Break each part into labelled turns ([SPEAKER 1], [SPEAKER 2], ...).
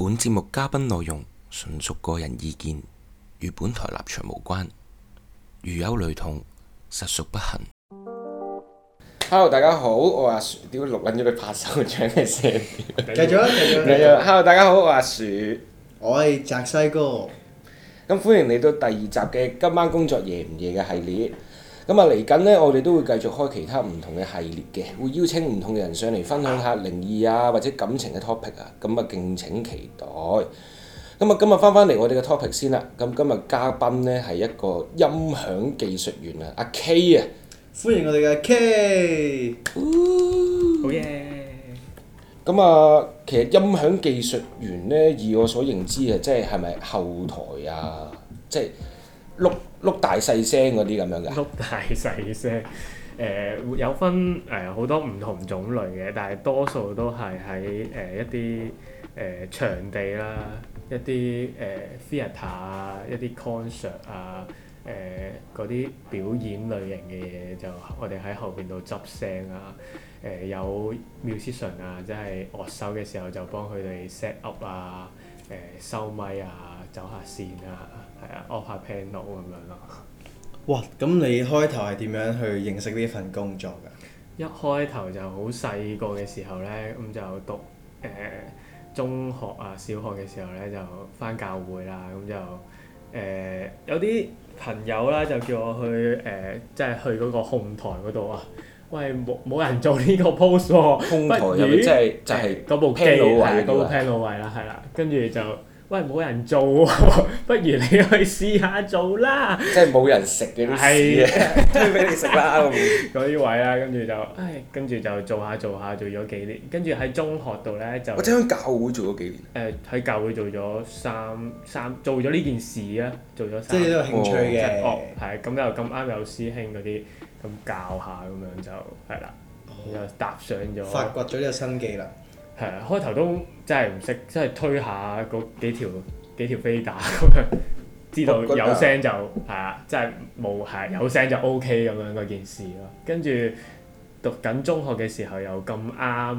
[SPEAKER 1] 本節目嘉賓內容純屬個人意見，與本台立場無關。如有雷同，實屬不幸。
[SPEAKER 2] Hello，大家好，我阿薯，屌錄撚咗佢拍手掌嘅聲。
[SPEAKER 3] 繼續啊，繼續啊。繼續啊
[SPEAKER 2] Hello，大家好，我阿薯。咁
[SPEAKER 3] 我係澤西哥，
[SPEAKER 2] 歡迎嚟啊到第二集嘅今晚工作夜唔夜嘅系列。咁啊，嚟緊呢，我哋都會繼續開其他唔同嘅系列嘅，會邀請唔同嘅人上嚟分享下靈異啊或者感情嘅 topic 啊，咁啊敬請期待。咁啊，今日翻返嚟我哋嘅 topic 先啦。咁今日嘉賓呢係一個音響技術員啊，阿 K 啊。
[SPEAKER 3] 歡迎我哋嘅 K。
[SPEAKER 4] 好耶！
[SPEAKER 2] 咁啊，其實音響技術員咧，以我所認知啊，即係係咪後台啊，即係碌碌大細聲嗰啲咁樣嘅？
[SPEAKER 4] 碌大細聲，誒、有分誒好、多唔同種類嘅，但係多數都係喺誒一啲誒、呃場地啦，一啲誒、呃 theatre 啊，一啲 concert 啊，誒嗰啲表演類型嘅嘢就我哋喺後邊度執聲啊。誒、有 musician 啊，即係樂手嘅時候就幫佢哋 set up 啊，誒、收咪啊，走下線啊，係啊，off 下 panel 咁樣咯。
[SPEAKER 3] 哇！咁你開頭係點樣去認識呢份工作㗎？
[SPEAKER 4] 一開頭就好細個嘅時候咧，咁就讀誒、呃中學啊、小學嘅時候咧，就返教會啦，咁就誒、呃有啲朋友啦，就叫我去誒、呃即係去嗰個控台嗰度啊。喂，冇冇人做呢個 pose 喎，
[SPEAKER 2] 空台
[SPEAKER 4] 不如
[SPEAKER 2] 入面即係就係
[SPEAKER 4] 嗰部機
[SPEAKER 2] panel 位啊
[SPEAKER 4] 係嗰部
[SPEAKER 2] 嗰啲位
[SPEAKER 4] panel 位啦，係啦，跟住就喂冇人做喎， 不如你去試下做啦。
[SPEAKER 2] 即係冇人食嘅啲屎啊，都俾你食 啦咁。
[SPEAKER 4] 嗰啲位啦，跟住就，唉，跟住就做下做下，做咗幾年，跟住喺中學度咧就，
[SPEAKER 2] 我
[SPEAKER 4] 誒
[SPEAKER 2] 真係喺教會做咗幾年，
[SPEAKER 4] 喺教會做咗三三，做咗呢件事啊，做咗
[SPEAKER 3] 即
[SPEAKER 4] 三
[SPEAKER 3] 係你都有興趣
[SPEAKER 4] 即
[SPEAKER 3] 嘅
[SPEAKER 4] 係。樂，係啊咁又咁啱有師兄嗰啲咁教下咁樣就係啦，就搭上咗，
[SPEAKER 3] 哦發掘咗呢個新技能。
[SPEAKER 4] 係啊，開頭都真係唔識，真係推下嗰幾條幾條飛打咁樣， 知道有聲就係啊，真係冇係有聲就 O K 咁樣嗰件事咯。跟住讀緊中學嘅時候又咁啱誒，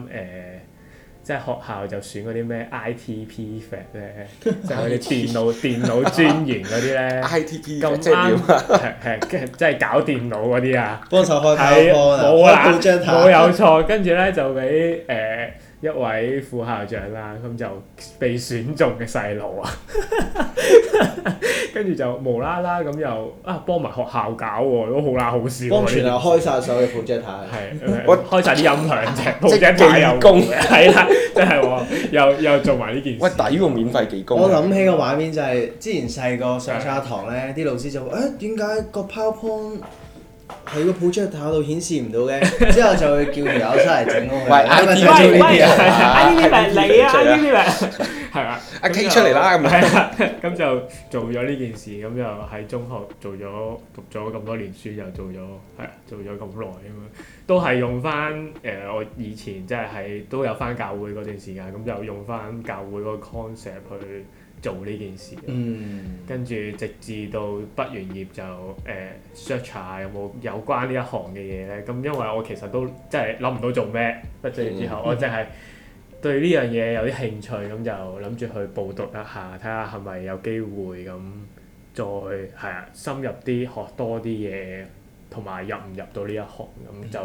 [SPEAKER 4] 即係學校就選嗰啲咩 I T P F 咧，即係嗰啲電腦電腦專員嗰 啲咧，
[SPEAKER 2] ITP
[SPEAKER 4] 咁
[SPEAKER 2] 即係點
[SPEAKER 4] 啱
[SPEAKER 2] 啊？
[SPEAKER 4] 係係即係搞電腦嗰啲啊。
[SPEAKER 3] 幫手開
[SPEAKER 4] 係
[SPEAKER 3] PowerPoint 啊
[SPEAKER 4] 冇
[SPEAKER 3] 開
[SPEAKER 4] 啦，
[SPEAKER 3] 報章
[SPEAKER 4] 冇
[SPEAKER 3] 台。
[SPEAKER 4] 有錯。跟住咧就俾誒、呃一位副校長啦，咁就被選中嘅細路啊， 跟住就無啦啦咁又啊幫埋學校搞喎，都好啦好笑
[SPEAKER 3] 幫全校
[SPEAKER 4] 喎呢啲。
[SPEAKER 3] 開晒所有嘅報章台。
[SPEAKER 4] 係誒
[SPEAKER 2] 我
[SPEAKER 4] 開晒啲音響啫，
[SPEAKER 2] 即
[SPEAKER 4] 報
[SPEAKER 2] 係
[SPEAKER 4] 者牌
[SPEAKER 2] 技
[SPEAKER 4] 又
[SPEAKER 2] 工
[SPEAKER 4] 係啦，即係喎，又又做埋呢件事。
[SPEAKER 2] 喂，抵喎免費技工啊。
[SPEAKER 3] 我諗起個畫面就係之前細個上沙堂咧，啲老師就話：誒點解個 PowerPoint 喺個 projector 度顯示唔到 嘅？之後就會叫條友出嚟啊整嗰個。
[SPEAKER 2] 喂
[SPEAKER 3] 因為就
[SPEAKER 4] 喂
[SPEAKER 3] 係做呢
[SPEAKER 4] 喂，
[SPEAKER 3] 啲嘢
[SPEAKER 2] 係啊
[SPEAKER 4] 呢啲咪啊你啊，呢啲咪係啊，
[SPEAKER 2] 阿 K 出嚟啦咁樣
[SPEAKER 4] 係啊， 咁就做咗呢件事，咁就喺中學做咗讀咗咁多年書，又做咗係啊做咗咁耐咁樣，都係用翻誒、呃我以前即係喺都有翻教會嗰段時間，咁就用翻教會嗰個 concept 去做呢件事。
[SPEAKER 3] 嗯。
[SPEAKER 4] 跟住直至到畢完業就誒、呃 search 下有冇有關呢一行嘅嘢咧。咁因為我其實都真係諗唔到做咩，畢咗業之後，我淨係對呢樣嘢有啲興趣，咁就諗住去報讀一下，睇下係咪有機會咁再係啊深入啲學多啲嘢，同埋入唔入到呢一行咁就。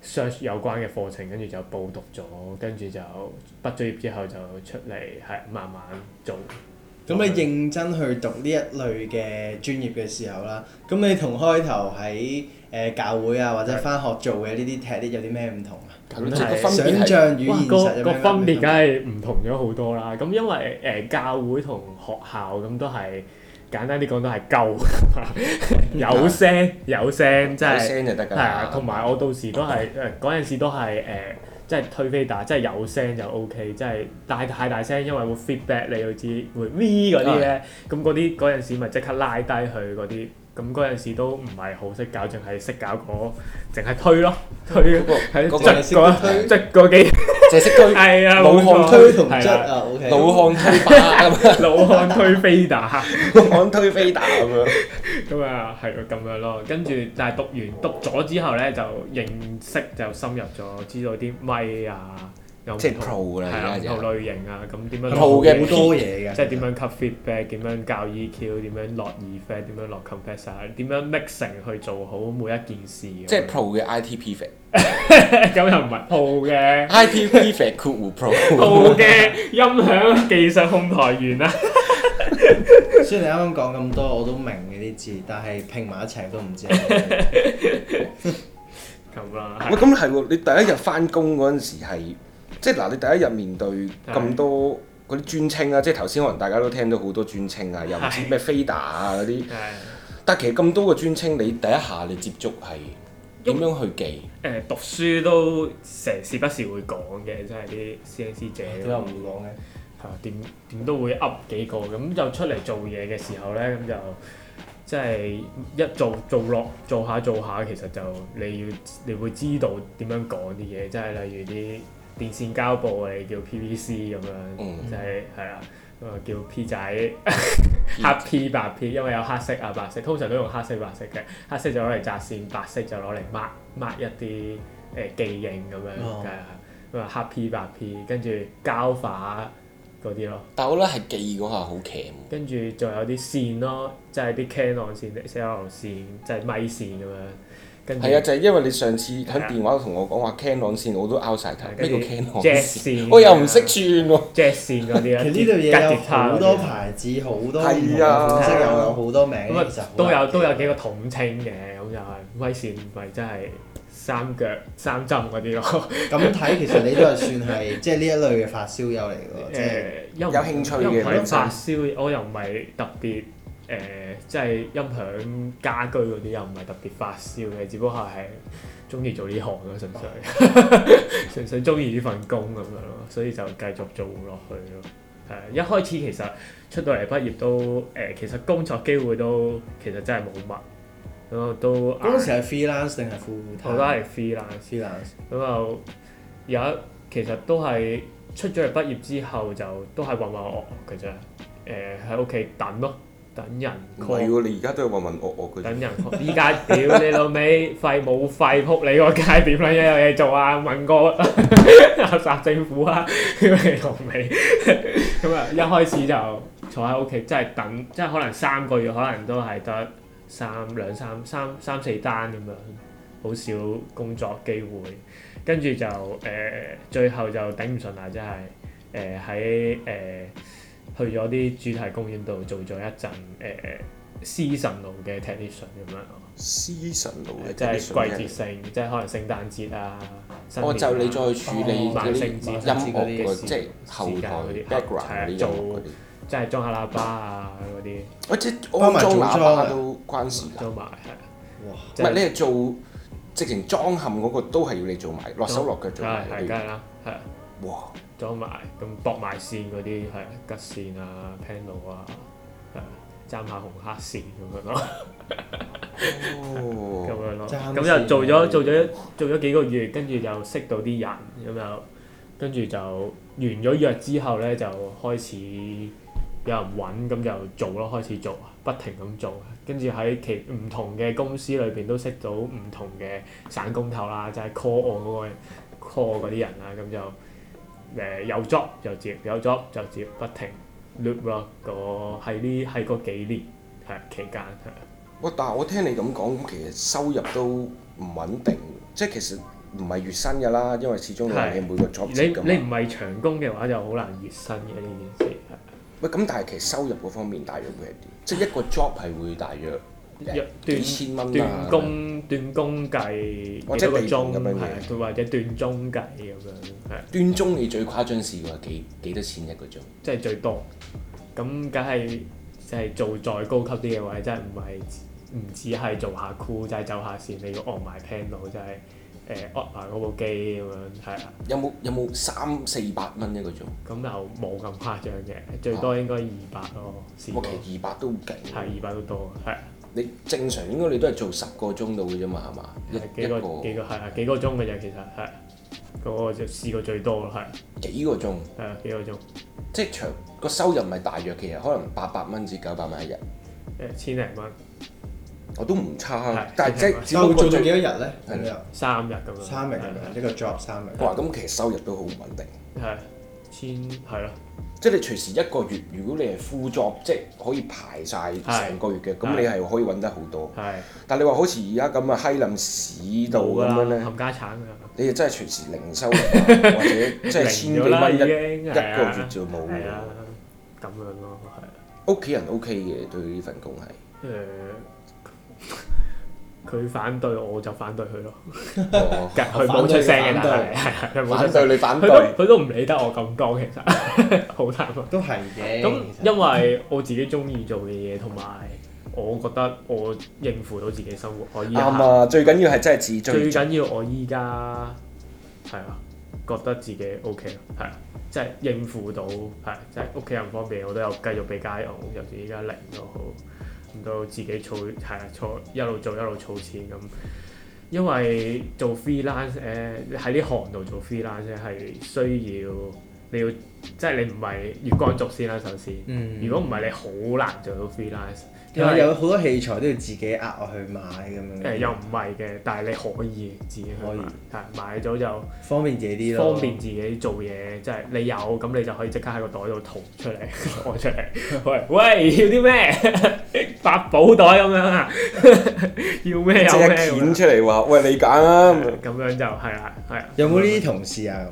[SPEAKER 4] search 有關嘅課程，跟住就報讀咗，跟住就畢咗業之後就出嚟係慢慢做。
[SPEAKER 3] 咁你認真去讀呢一類嘅專業嘅時候啦，咁你同開頭喺誒教會啊或者返學做嘅呢啲 t 啲有啲咩唔同啊？
[SPEAKER 2] 係咯，即係個分別
[SPEAKER 3] 想
[SPEAKER 2] 係
[SPEAKER 3] 像與
[SPEAKER 4] 哇
[SPEAKER 3] 現
[SPEAKER 4] 個
[SPEAKER 3] 實有咩
[SPEAKER 4] 個
[SPEAKER 2] 啊
[SPEAKER 4] 分別梗
[SPEAKER 3] 㗎？
[SPEAKER 4] 係唔同咗好多啦。咁因為誒、呃教會同學校咁都係簡單啲講都係鳩， 有聲有聲，即
[SPEAKER 2] 有
[SPEAKER 4] 係
[SPEAKER 2] 聲就得㗎
[SPEAKER 4] 係啊。
[SPEAKER 2] 啦
[SPEAKER 4] 同。埋我到時都係誒嗰陣時都係誒。呃即係推飛打，即係有聲就 O、k 即係大太大聲，因為會 feedback 你會知會 V 嗰
[SPEAKER 2] 啊
[SPEAKER 4] 啲咧，咁嗰啲嗰陣時咪即刻拉低佢嗰啲，咁嗰陣時都唔係好識搞，淨係識搞嗰，淨係推咯，推
[SPEAKER 2] 嗰個
[SPEAKER 4] 係
[SPEAKER 2] 嗰
[SPEAKER 3] 個
[SPEAKER 4] 捽嗰捽嗰幾
[SPEAKER 2] 就係識推
[SPEAKER 4] 係啊，
[SPEAKER 2] 老
[SPEAKER 4] 冇
[SPEAKER 2] 漢
[SPEAKER 4] 錯
[SPEAKER 3] 推同質
[SPEAKER 4] 係啦
[SPEAKER 3] 啊，OK。
[SPEAKER 2] 老漢推把咁啊，
[SPEAKER 4] 老漢推飛打
[SPEAKER 2] 老漢推飛打咁樣。
[SPEAKER 4] 咁啊，係咯咁樣咯。跟住但係讀完讀咗之後咧，就認識就深入咗，知道啲咪啊，有唔
[SPEAKER 2] 即係
[SPEAKER 4] 同
[SPEAKER 2] pro 㗎啦
[SPEAKER 4] 係
[SPEAKER 2] 而家
[SPEAKER 4] 啊唔
[SPEAKER 2] 就
[SPEAKER 4] 同類型啊，咁點樣
[SPEAKER 2] 套
[SPEAKER 3] 好
[SPEAKER 2] 嘅
[SPEAKER 3] 多嘢嘅，
[SPEAKER 4] 即係點樣 cut feedback，點樣教 EQ，點樣落 effect，點樣落 compressor，點樣 mixing 去做好每一件事咁樣。
[SPEAKER 2] 即 係 pro 嘅 IT prefect，IT
[SPEAKER 4] 咁又唔係鋪 嘅
[SPEAKER 2] prefect 括弧 pro，
[SPEAKER 4] 鋪嘅音響技術控台員啊啦。
[SPEAKER 3] 雖然你啱啱講咁多，我都明嘅啲字，但係拼埋一齊都唔知係乜嘢。
[SPEAKER 4] 咁啦，
[SPEAKER 2] 喂
[SPEAKER 4] 係
[SPEAKER 2] 咁係喎，你第一日翻工嗰陣時係，即係嗱你第一日面對咁多嗰啲專稱啊，即係頭先可能大家都聽到好多專稱啊，又唔知咩 fader 啊嗰啲，
[SPEAKER 4] 係
[SPEAKER 2] 但其實咁多個專稱，你第一下你接觸係點樣去記？
[SPEAKER 4] 誒讀書都成時不時會講嘅，即係啲師兄師姐咁
[SPEAKER 3] 點解唔會講嘅？
[SPEAKER 4] 係啊點點都會噏幾個咁，就出嚟做嘢嘅時候咧，咁就即係一做做落做下做下，其實就你要你會知道點樣講啲嘢，即係例如啲電線膠布我哋叫 PVC 咁樣，
[SPEAKER 2] 嗯
[SPEAKER 4] 就係係啦，咁啊叫 P 仔。黑 P 白 P，因為有黑色啊白色，通常都用黑色白色嘅，黑色就攞嚟紮線，白色就攞嚟 mark mark 一啲誒、呃、記認咁樣
[SPEAKER 3] 哦
[SPEAKER 4] 嘅，咁啊黑 P 白 P，跟住膠化嗰啲咯，
[SPEAKER 2] 但我覺得係記嗰下好騎呢
[SPEAKER 4] 跟住仲有啲線咯，即係啲 Canon 線、Canon 線，即係咪線咁樣，跟住
[SPEAKER 2] 係啊，就係因為你上次
[SPEAKER 4] 係
[SPEAKER 2] 喺
[SPEAKER 4] 啊
[SPEAKER 2] 電話同我講話 Canon 線，我都拗晒頭
[SPEAKER 4] 係。啊
[SPEAKER 2] 咩叫
[SPEAKER 4] 跟住
[SPEAKER 2] Canon
[SPEAKER 4] Jet
[SPEAKER 2] 線
[SPEAKER 4] 線
[SPEAKER 2] 我又唔識串喎。
[SPEAKER 4] jet 線嗰啲啊，
[SPEAKER 3] 其實呢度嘢有好多
[SPEAKER 4] 吉他嗰啲啊
[SPEAKER 3] 牌子，好多唔同
[SPEAKER 2] 係啊
[SPEAKER 3] 嘅款式，又有好多名，
[SPEAKER 4] 咁啊
[SPEAKER 3] 其實好
[SPEAKER 4] 都有
[SPEAKER 3] 難記
[SPEAKER 4] 都有幾個統稱嘅，咁就係威線咪真係三腳三針嗰啲咯。
[SPEAKER 3] 咁睇，其實你都係算係即係呢一類嘅發燒友嚟 嘅喎，即係
[SPEAKER 4] 誒有
[SPEAKER 2] 有興趣嘅
[SPEAKER 4] 又唔
[SPEAKER 2] 本
[SPEAKER 4] 係
[SPEAKER 2] 身
[SPEAKER 4] 發燒，我又唔係特別誒，即係音響家居嗰啲又唔係特別發燒嘅，只不過係中意做呢行咯，純粹 純粹中意呢份工咁樣咯，所以就繼續做落去咯。係啊一開始其實出到嚟畢業都誒、其實工作機會都其實真係冇乜，咁我都
[SPEAKER 3] 嗰陣時係 freelance 定係 full
[SPEAKER 4] 啊我
[SPEAKER 3] time？
[SPEAKER 4] 都係 freelance。
[SPEAKER 3] freelance。
[SPEAKER 4] 咁又有一其實都係出咗嚟畢業之後就都係混混噩噩嘅啫。誒喺屋企等咯，等人 call，
[SPEAKER 2] 喎，你而家都係混混噩噩
[SPEAKER 4] 等人 call。依家屌你老味，肺冇肺撲你個街點啦，有嘢做啊？問 個垃圾政府啊， 屌你老味。咁啊，一開始就坐喺屋企，即係等，即係可能三個月，可能都係得三兩三三三四單咁樣。好少工作機會，跟住就誒、呃最後就頂唔順啦，真係誒喺誒去咗啲主題公園度做咗一陣誒、呃、season 路嘅 technician 咁樣咯，
[SPEAKER 2] Season 路嘅
[SPEAKER 4] 即係季節性，即係可能聖誕節啊、新年
[SPEAKER 2] 我哦
[SPEAKER 4] 啊
[SPEAKER 2] 就你再處理嗰
[SPEAKER 4] 萬
[SPEAKER 2] 啲
[SPEAKER 4] 聖節
[SPEAKER 2] 音
[SPEAKER 4] 啊
[SPEAKER 2] 樂
[SPEAKER 3] 嗰
[SPEAKER 2] 嗰
[SPEAKER 4] 啲
[SPEAKER 2] 即係後
[SPEAKER 4] 時間
[SPEAKER 2] 台
[SPEAKER 4] 嗰啲
[SPEAKER 2] background 嗰啲音
[SPEAKER 4] 係
[SPEAKER 2] 樂
[SPEAKER 4] 啊
[SPEAKER 2] 嗰啲。
[SPEAKER 4] 即係裝下喇叭啊嗰啲
[SPEAKER 2] 我即係
[SPEAKER 3] 包
[SPEAKER 2] 安
[SPEAKER 3] 埋
[SPEAKER 2] 裝
[SPEAKER 3] 組
[SPEAKER 2] 喇
[SPEAKER 3] 裝
[SPEAKER 2] 叭
[SPEAKER 3] 啊
[SPEAKER 2] 都關事㗎。
[SPEAKER 4] 裝埋係啊，
[SPEAKER 3] 哇！
[SPEAKER 2] 唔
[SPEAKER 4] 即
[SPEAKER 2] 係
[SPEAKER 4] 係
[SPEAKER 2] 你係做直情裝嵌嗰個都係要你做埋，落手落腳做
[SPEAKER 4] 係
[SPEAKER 2] 埋
[SPEAKER 4] 係
[SPEAKER 2] 嗰
[SPEAKER 4] 梗
[SPEAKER 2] 啲。
[SPEAKER 4] 係啦，係啊。
[SPEAKER 2] 哇！
[SPEAKER 4] 裝埋咁駁埋線嗰啲係吉線啊、panel 啊，係爭下紅黑線咁樣咯，咁
[SPEAKER 2] 哦，
[SPEAKER 4] 樣咯，
[SPEAKER 3] 爭
[SPEAKER 4] 咁就做
[SPEAKER 3] 線啊
[SPEAKER 4] 咗做咗做咗幾個月，跟住就識到啲人咁又，跟住就完咗約之後咧，就開始有人揾，咁就做咯，開始做啊，不停咁做，跟住喺其唔同嘅公司裏邊都識到唔同嘅散工頭啦，就係、call 我嗰、個 call 我嗰啲人啦，咁就。誒、有 job 就接，有 job 就接，不停 loop 咯。個係呢係嗰幾年係期間係
[SPEAKER 2] 哇！但係我聽你咁講，咁其實收入都唔穩定，即係其實唔係月薪㗎啦，因為始終你話
[SPEAKER 4] 係
[SPEAKER 2] 你每個 job
[SPEAKER 4] 你
[SPEAKER 2] 接㗎嘛
[SPEAKER 4] 你唔係長工嘅話就好難月薪嘅呢件事
[SPEAKER 2] 喂，咁但係其實收入嗰方面大約會係點？即係一個 job 係會大約呃
[SPEAKER 4] 係。約
[SPEAKER 2] 幾千蚊啊
[SPEAKER 4] 斷工斷工計
[SPEAKER 2] 或
[SPEAKER 4] 幾
[SPEAKER 2] 者
[SPEAKER 4] 多個
[SPEAKER 2] 地盤咁樣嘅
[SPEAKER 4] 鐘係，啊或者斷鐘計咁樣係，啊
[SPEAKER 2] 端中你最誇張試過係幾幾多錢一個鐘？
[SPEAKER 4] 即係最多。咁梗係即係做再高級啲嘅位，真係唔係唔止係做下 cool，就係走下線，你要按埋 panel，就係誒按埋嗰部機咁樣係啊。
[SPEAKER 2] 有冇有冇三四百蚊一個鐘？
[SPEAKER 4] 咁又冇咁誇張嘅，最
[SPEAKER 2] 哦
[SPEAKER 4] 多應該二百咯，試過
[SPEAKER 2] 我
[SPEAKER 4] 係
[SPEAKER 2] 其實二百都勁。
[SPEAKER 4] 二百都多，啊係
[SPEAKER 2] 你正常應該你都係做十個鐘到嘅啫嘛，係嘛？
[SPEAKER 4] 係
[SPEAKER 2] 一
[SPEAKER 4] 幾
[SPEAKER 2] 一
[SPEAKER 4] 個
[SPEAKER 2] 個
[SPEAKER 4] 幾個係係幾個鐘嘅啫，其實係嗰個就試過最多咯，係
[SPEAKER 2] 幾個鐘，
[SPEAKER 4] 係啊幾個鐘，
[SPEAKER 2] 即係長個收入咪大約其實可能八百蚊至九百蚊一日。
[SPEAKER 4] 誒千零蚊
[SPEAKER 2] 我都唔差
[SPEAKER 4] 係，
[SPEAKER 2] 但係即係只
[SPEAKER 3] 但
[SPEAKER 2] 不
[SPEAKER 3] 會
[SPEAKER 2] 過
[SPEAKER 3] 做到幾
[SPEAKER 2] 最
[SPEAKER 3] 多日咧？咁樣
[SPEAKER 4] 三日咁樣，
[SPEAKER 3] 三日咁
[SPEAKER 4] 係啊
[SPEAKER 3] 樣，一個 job 三日。
[SPEAKER 2] 哇！咁其實收入都好唔穩定，
[SPEAKER 4] 係千係咯，
[SPEAKER 2] 即係你隨時一個月，如果你係 full job，即係可以排晒
[SPEAKER 4] 係
[SPEAKER 2] 成個月嘅，咁
[SPEAKER 4] 係
[SPEAKER 2] 你係可以揾得好多。
[SPEAKER 4] 係
[SPEAKER 2] 但你話好似而家咁啊，閪冧市道咁樣咧，
[SPEAKER 4] 冚家產㗎，
[SPEAKER 2] 你就真係隨時零收入啊或者 即係千幾
[SPEAKER 4] 零咗啦
[SPEAKER 2] 蚊
[SPEAKER 4] 已
[SPEAKER 2] 一
[SPEAKER 4] 經
[SPEAKER 2] 一個
[SPEAKER 4] 係啊
[SPEAKER 2] 月就冇
[SPEAKER 4] 係
[SPEAKER 2] 㗎
[SPEAKER 4] 啊，咁樣咯，係啊。
[SPEAKER 2] 屋企人 OK 嘅對呢份工係。
[SPEAKER 4] 誒，佢反對我就反對佢咯，
[SPEAKER 2] 哦
[SPEAKER 4] 佢冇出聲嘅，
[SPEAKER 3] 反對
[SPEAKER 4] 但係係係佢冇出
[SPEAKER 2] 反對
[SPEAKER 4] 聲，
[SPEAKER 2] 你反
[SPEAKER 4] 佢
[SPEAKER 2] 對，
[SPEAKER 4] 都佢都唔理得我咁多，其實 好啊坦白。
[SPEAKER 3] 都係嘅。
[SPEAKER 4] 咁
[SPEAKER 3] 其實
[SPEAKER 4] 因為我自己中意做嘅嘢，同埋我覺得我應付到自己生活，我依
[SPEAKER 2] 啱
[SPEAKER 4] 家
[SPEAKER 2] 啊！最緊要係真係自
[SPEAKER 4] 最
[SPEAKER 2] 最
[SPEAKER 4] 緊要我依家係啊，覺得自己 OK 咯，係啊。即係應付到，係啊即係屋企人方面，我都有繼續俾家用，尤其依家零都好，唔到自己儲係啊儲一路做一路儲錢咁。因為做 freelance 誒喺呢行度做 freelance 呢係需要你要即係你唔係月光族先啦，首先。
[SPEAKER 3] 嗯
[SPEAKER 4] 如果唔係你好難做到 freelance，因
[SPEAKER 3] 有
[SPEAKER 4] 為
[SPEAKER 3] 有好多器材都要自己額外去買咁
[SPEAKER 4] 誒
[SPEAKER 3] 樣，
[SPEAKER 4] 又唔係嘅，但係你可以自己去
[SPEAKER 3] 嗯可以
[SPEAKER 4] 買，係啊買咗就。
[SPEAKER 3] 方便自己啲咯。
[SPEAKER 4] 方便自己做嘢，即係你有咁你就可以即刻喺個袋度掏出嚟， 攞出嚟。喂喂，要啲咩？ 八寶袋咁樣啊？ 要咩
[SPEAKER 2] 即
[SPEAKER 4] 有
[SPEAKER 2] 係
[SPEAKER 4] 咩
[SPEAKER 2] 一
[SPEAKER 4] 咁
[SPEAKER 2] 件
[SPEAKER 4] 樣啊
[SPEAKER 2] 出嚟話，喂你揀啊啦，
[SPEAKER 4] 咁樣就係啦，係啊。
[SPEAKER 3] 有冇呢啲同事啊？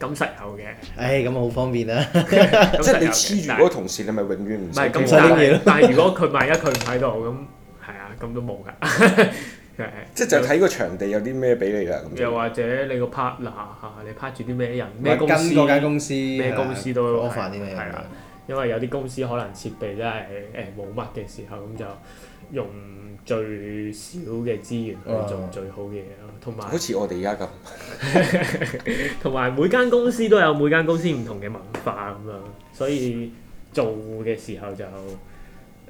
[SPEAKER 4] 咁實 有嘅，
[SPEAKER 3] 唉，咁好方便啊啦。
[SPEAKER 4] 咁
[SPEAKER 2] 即係
[SPEAKER 4] 實
[SPEAKER 2] 你
[SPEAKER 4] 有嘅
[SPEAKER 2] 黐住
[SPEAKER 4] 但
[SPEAKER 2] 嗰
[SPEAKER 4] 係
[SPEAKER 2] 個同事，你咪永遠唔
[SPEAKER 4] 唔
[SPEAKER 2] 使
[SPEAKER 4] 係咁
[SPEAKER 2] 傾
[SPEAKER 3] 使
[SPEAKER 4] 但
[SPEAKER 3] 拎嘢
[SPEAKER 4] 係
[SPEAKER 3] 咯，
[SPEAKER 4] 但係如果佢萬一佢唔喺度咁，係啊，咁都冇㗎。 係啊
[SPEAKER 2] 即係就睇個場地有啲咩俾你啦。咁
[SPEAKER 4] 又
[SPEAKER 2] 樣
[SPEAKER 4] 或者你個 partner 嚇，你拍住啲咩人， 咩
[SPEAKER 3] 跟
[SPEAKER 4] 公司，啊
[SPEAKER 3] 嗰間公司，咩
[SPEAKER 4] 咩公司都
[SPEAKER 3] 啊 offer 啲咩？
[SPEAKER 4] 係啊啦因為有啲公司可能設備真係誒冇乜嘅時候，咁就用最少嘅資源去做
[SPEAKER 3] 嗯
[SPEAKER 4] 最好嘅嘢咯。同埋
[SPEAKER 2] 好似我哋而家咁，
[SPEAKER 4] 同埋每間公司都有每間公司唔同嘅文化咁樣，所以做嘅時候就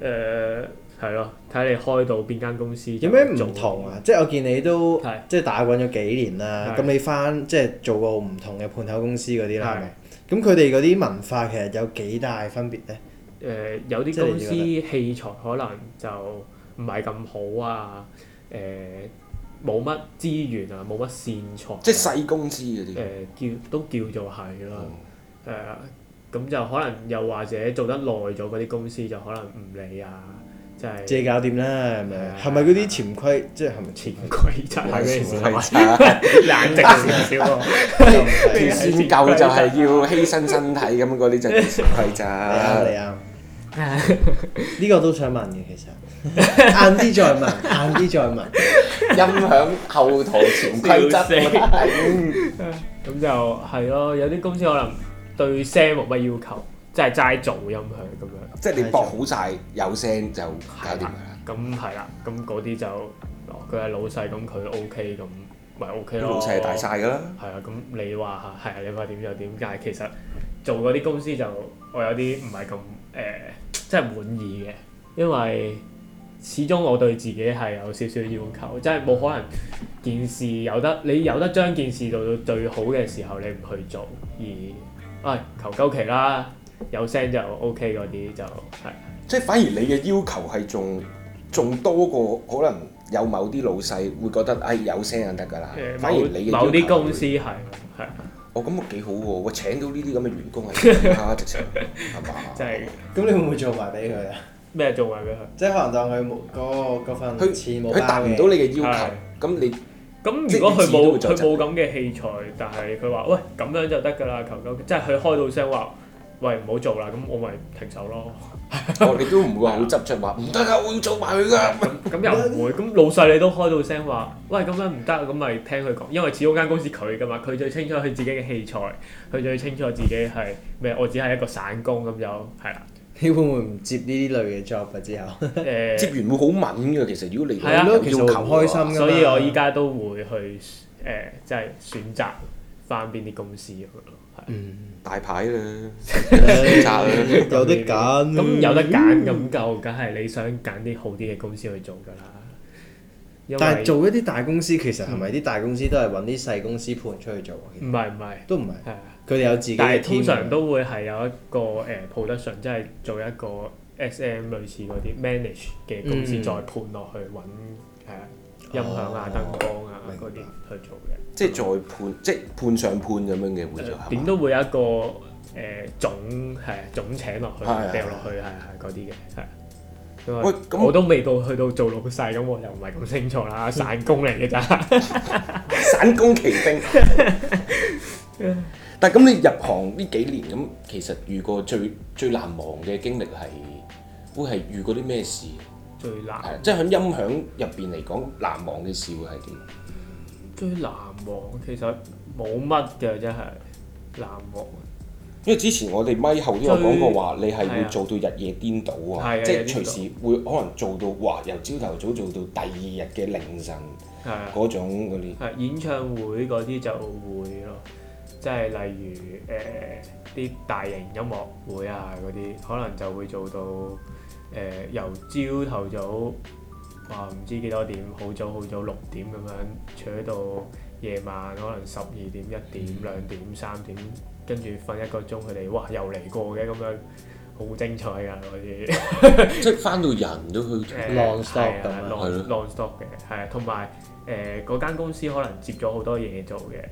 [SPEAKER 4] 誒係咯，睇你開到邊間公司
[SPEAKER 3] 有咩唔同啊？？即係我見你都
[SPEAKER 4] 係
[SPEAKER 3] 即係打滾咗幾年啦，
[SPEAKER 4] 係
[SPEAKER 3] 咁你翻即係做過唔同嘅判頭公司嗰啲啦，
[SPEAKER 4] 係
[SPEAKER 3] 係咪？咁佢哋嗰啲文化其實有幾大分別咧？
[SPEAKER 4] 誒、呃有啲公司器材可能就唔係咁好啊，誒冇乜資源啊，冇乜線材啊、
[SPEAKER 2] 即係細公司嗰
[SPEAKER 4] 誒、
[SPEAKER 2] 啲。
[SPEAKER 4] 叫都叫做係啦，誒咁、就可能又或者做得耐咗嗰啲公司就可能唔理啊，即係
[SPEAKER 3] 自己搞掂啦，係啊咪？
[SPEAKER 4] 係
[SPEAKER 3] 係咪嗰啲潛規即係係咪潛
[SPEAKER 4] 潛規則 係咩事啊？
[SPEAKER 2] 係
[SPEAKER 4] 冷靜少少喎，
[SPEAKER 2] 條
[SPEAKER 3] 規？
[SPEAKER 2] 線夠就係要犧牲身體咁嗰啲就叫 潛規
[SPEAKER 3] 你
[SPEAKER 2] 則。
[SPEAKER 3] 啱，啊呢個都想問嘅其實，晏啲再 問，晏啲再問。
[SPEAKER 2] 音響後台潛規則
[SPEAKER 4] 笑死
[SPEAKER 2] 嗰啲係，
[SPEAKER 4] 咁就係咯，有啲公司可能對聲冇乜要求，即係齋做音響咁樣。
[SPEAKER 2] 即係你播好晒有聲就搞掂㗎啦。
[SPEAKER 4] 咁係啦，咁嗰啲就哦佢係老細，咁佢 O K，咁咪 O K
[SPEAKER 2] 啲
[SPEAKER 4] 咯。
[SPEAKER 2] 老細係大晒㗎啦。
[SPEAKER 4] 係啊，咁你話係啊，你話點就點，但係其實做嗰啲公司就我有啲唔係咁誒，即係滿意嘅，因為始終我對自己係有少少要求，即係冇可能件事有得你有得將件事做到最好嘅時候，你唔去做，而唉求鳩其啦，有聲就 O K 嗰啲就係。
[SPEAKER 2] 即係反而你嘅要求係仲仲多過可能有某啲老細會覺得誒、哎有聲就得㗎啦。
[SPEAKER 4] 誒
[SPEAKER 2] 反而你嘅
[SPEAKER 4] 某某啲公司
[SPEAKER 2] 司，
[SPEAKER 4] 係係
[SPEAKER 2] 哦咁啊幾好喎！我請到呢啲咁嘅員工 係啊，直情係嘛？
[SPEAKER 4] 即係
[SPEAKER 3] 咁你會唔會做埋俾佢啊？
[SPEAKER 4] 咩做埋俾佢？啊
[SPEAKER 3] 即係可能當佢冇嗰個嗰 份錢冇
[SPEAKER 2] 佢佢達
[SPEAKER 3] 包
[SPEAKER 2] 唔
[SPEAKER 3] 嘅
[SPEAKER 2] 到你嘅要
[SPEAKER 4] 係
[SPEAKER 2] 求，咁你
[SPEAKER 4] 咁
[SPEAKER 2] 即係
[SPEAKER 4] 如果佢
[SPEAKER 2] 你自己都會
[SPEAKER 4] 冇
[SPEAKER 2] 再
[SPEAKER 4] 佢
[SPEAKER 2] 執
[SPEAKER 4] 冇咁嘅器材，但係佢話喂咁樣就得㗎啦，求求其，即係佢開到聲話喂唔好做啦，咁我咪停手咯。
[SPEAKER 2] 哦你都唔會話好執着
[SPEAKER 4] 啊
[SPEAKER 2] 話唔得啊㗎，我要做埋佢㗎。啊
[SPEAKER 4] 咁咁又唔會，咁老細你都開到聲話喂咁樣唔得，咁咪聽佢講，因為始終間公司佢㗎嘛，佢最清楚佢自己嘅器材，佢最清楚自己係咩，我只係一個散工咁就係啦。
[SPEAKER 3] 你會唔會唔接呢啲類嘅 job 啊？之 後
[SPEAKER 4] 誒
[SPEAKER 2] 接完會好敏㗎，其實如果你
[SPEAKER 4] 係啊
[SPEAKER 2] 有
[SPEAKER 3] 其實
[SPEAKER 2] 要求
[SPEAKER 3] 好唔開心
[SPEAKER 2] 嘅話
[SPEAKER 3] 㗎嘛
[SPEAKER 4] 所以我依家都會去誒，呃即係選擇翻邊啲公司咁樣咯。
[SPEAKER 3] 嗯
[SPEAKER 4] 係
[SPEAKER 2] 大牌啦，
[SPEAKER 3] 誒
[SPEAKER 2] 擇啦
[SPEAKER 3] 有得揀嗯啊，
[SPEAKER 4] 咁有得揀咁就梗係你想揀啲好啲嘅公司去做㗎啦。因
[SPEAKER 3] 但係
[SPEAKER 4] 為
[SPEAKER 3] 做一啲大公司，其實係咪啲大公司都係揾啲細公司判出去做啊？其
[SPEAKER 4] 唔
[SPEAKER 3] 實
[SPEAKER 4] 係唔係
[SPEAKER 3] 都唔係，
[SPEAKER 4] 係啊，
[SPEAKER 3] 佢哋有自己
[SPEAKER 4] 但
[SPEAKER 3] 嘅 team 啊
[SPEAKER 4] 係通
[SPEAKER 3] 㗎。
[SPEAKER 4] 常都會係有一個誒 production，即係做一個誒 SM 類似嗰啲 manage 嘅公司
[SPEAKER 3] 嗯哦
[SPEAKER 4] 再判落去揾係啊音響啊、燈光啊
[SPEAKER 3] 明白
[SPEAKER 4] 嗰啲去做嘅。
[SPEAKER 2] 即係再判，即係判上判咁樣嘅會就係
[SPEAKER 4] 點
[SPEAKER 2] 嘛
[SPEAKER 4] 都會有一個誒總係總請落去
[SPEAKER 2] 係係
[SPEAKER 4] 掉落去係係嗰啲嘅係。
[SPEAKER 2] 喂
[SPEAKER 4] 喂，
[SPEAKER 2] 咁嗯
[SPEAKER 4] 咁啊我都未到去到做老細，咁我又唔係咁清楚啦，散工嚟嘅咋。
[SPEAKER 2] 散工奇兵。但係咁你入行呢幾年咁，其實遇過最最難忘嘅經歷係會係遇過啲咩事？
[SPEAKER 4] 最難
[SPEAKER 2] 係啊即係喺音響入邊嚟講，難忘嘅事會係點？
[SPEAKER 4] 最難忘其實冇乜嘅，真係難忘。
[SPEAKER 2] 因為之前我哋咪後都有講過話，你係
[SPEAKER 4] 係
[SPEAKER 2] 會
[SPEAKER 4] 啊
[SPEAKER 2] 做到日夜顛倒啊
[SPEAKER 4] 係，啊
[SPEAKER 2] 即
[SPEAKER 4] 日夜
[SPEAKER 2] 係
[SPEAKER 4] 顛
[SPEAKER 2] 隨
[SPEAKER 4] 倒
[SPEAKER 2] 時會可能做到哇，由朝頭早做到第二日嘅凌晨
[SPEAKER 4] 係啊
[SPEAKER 2] 嗰種嗰啲。
[SPEAKER 4] 係演唱會嗰啲就會咯，即係例如誒啲、大型音樂會啊嗰啲，可能就會做到誒、呃由朝頭早哇唔知幾多點，好早好早六點咁樣，坐到夜晚可能十二點、一點、兩點、三點，跟住瞓一個鐘，佢哋哇又嚟過嘅咁樣，好精彩㗎嗰 啲。
[SPEAKER 2] 即係翻到人都去，
[SPEAKER 4] 誒
[SPEAKER 3] Non-stop
[SPEAKER 4] 係啊
[SPEAKER 3] 咁樣
[SPEAKER 2] 係
[SPEAKER 4] non- non-stop 嘅，係啊，同埋誒嗰間公司可能接咗好多嘢做嘅，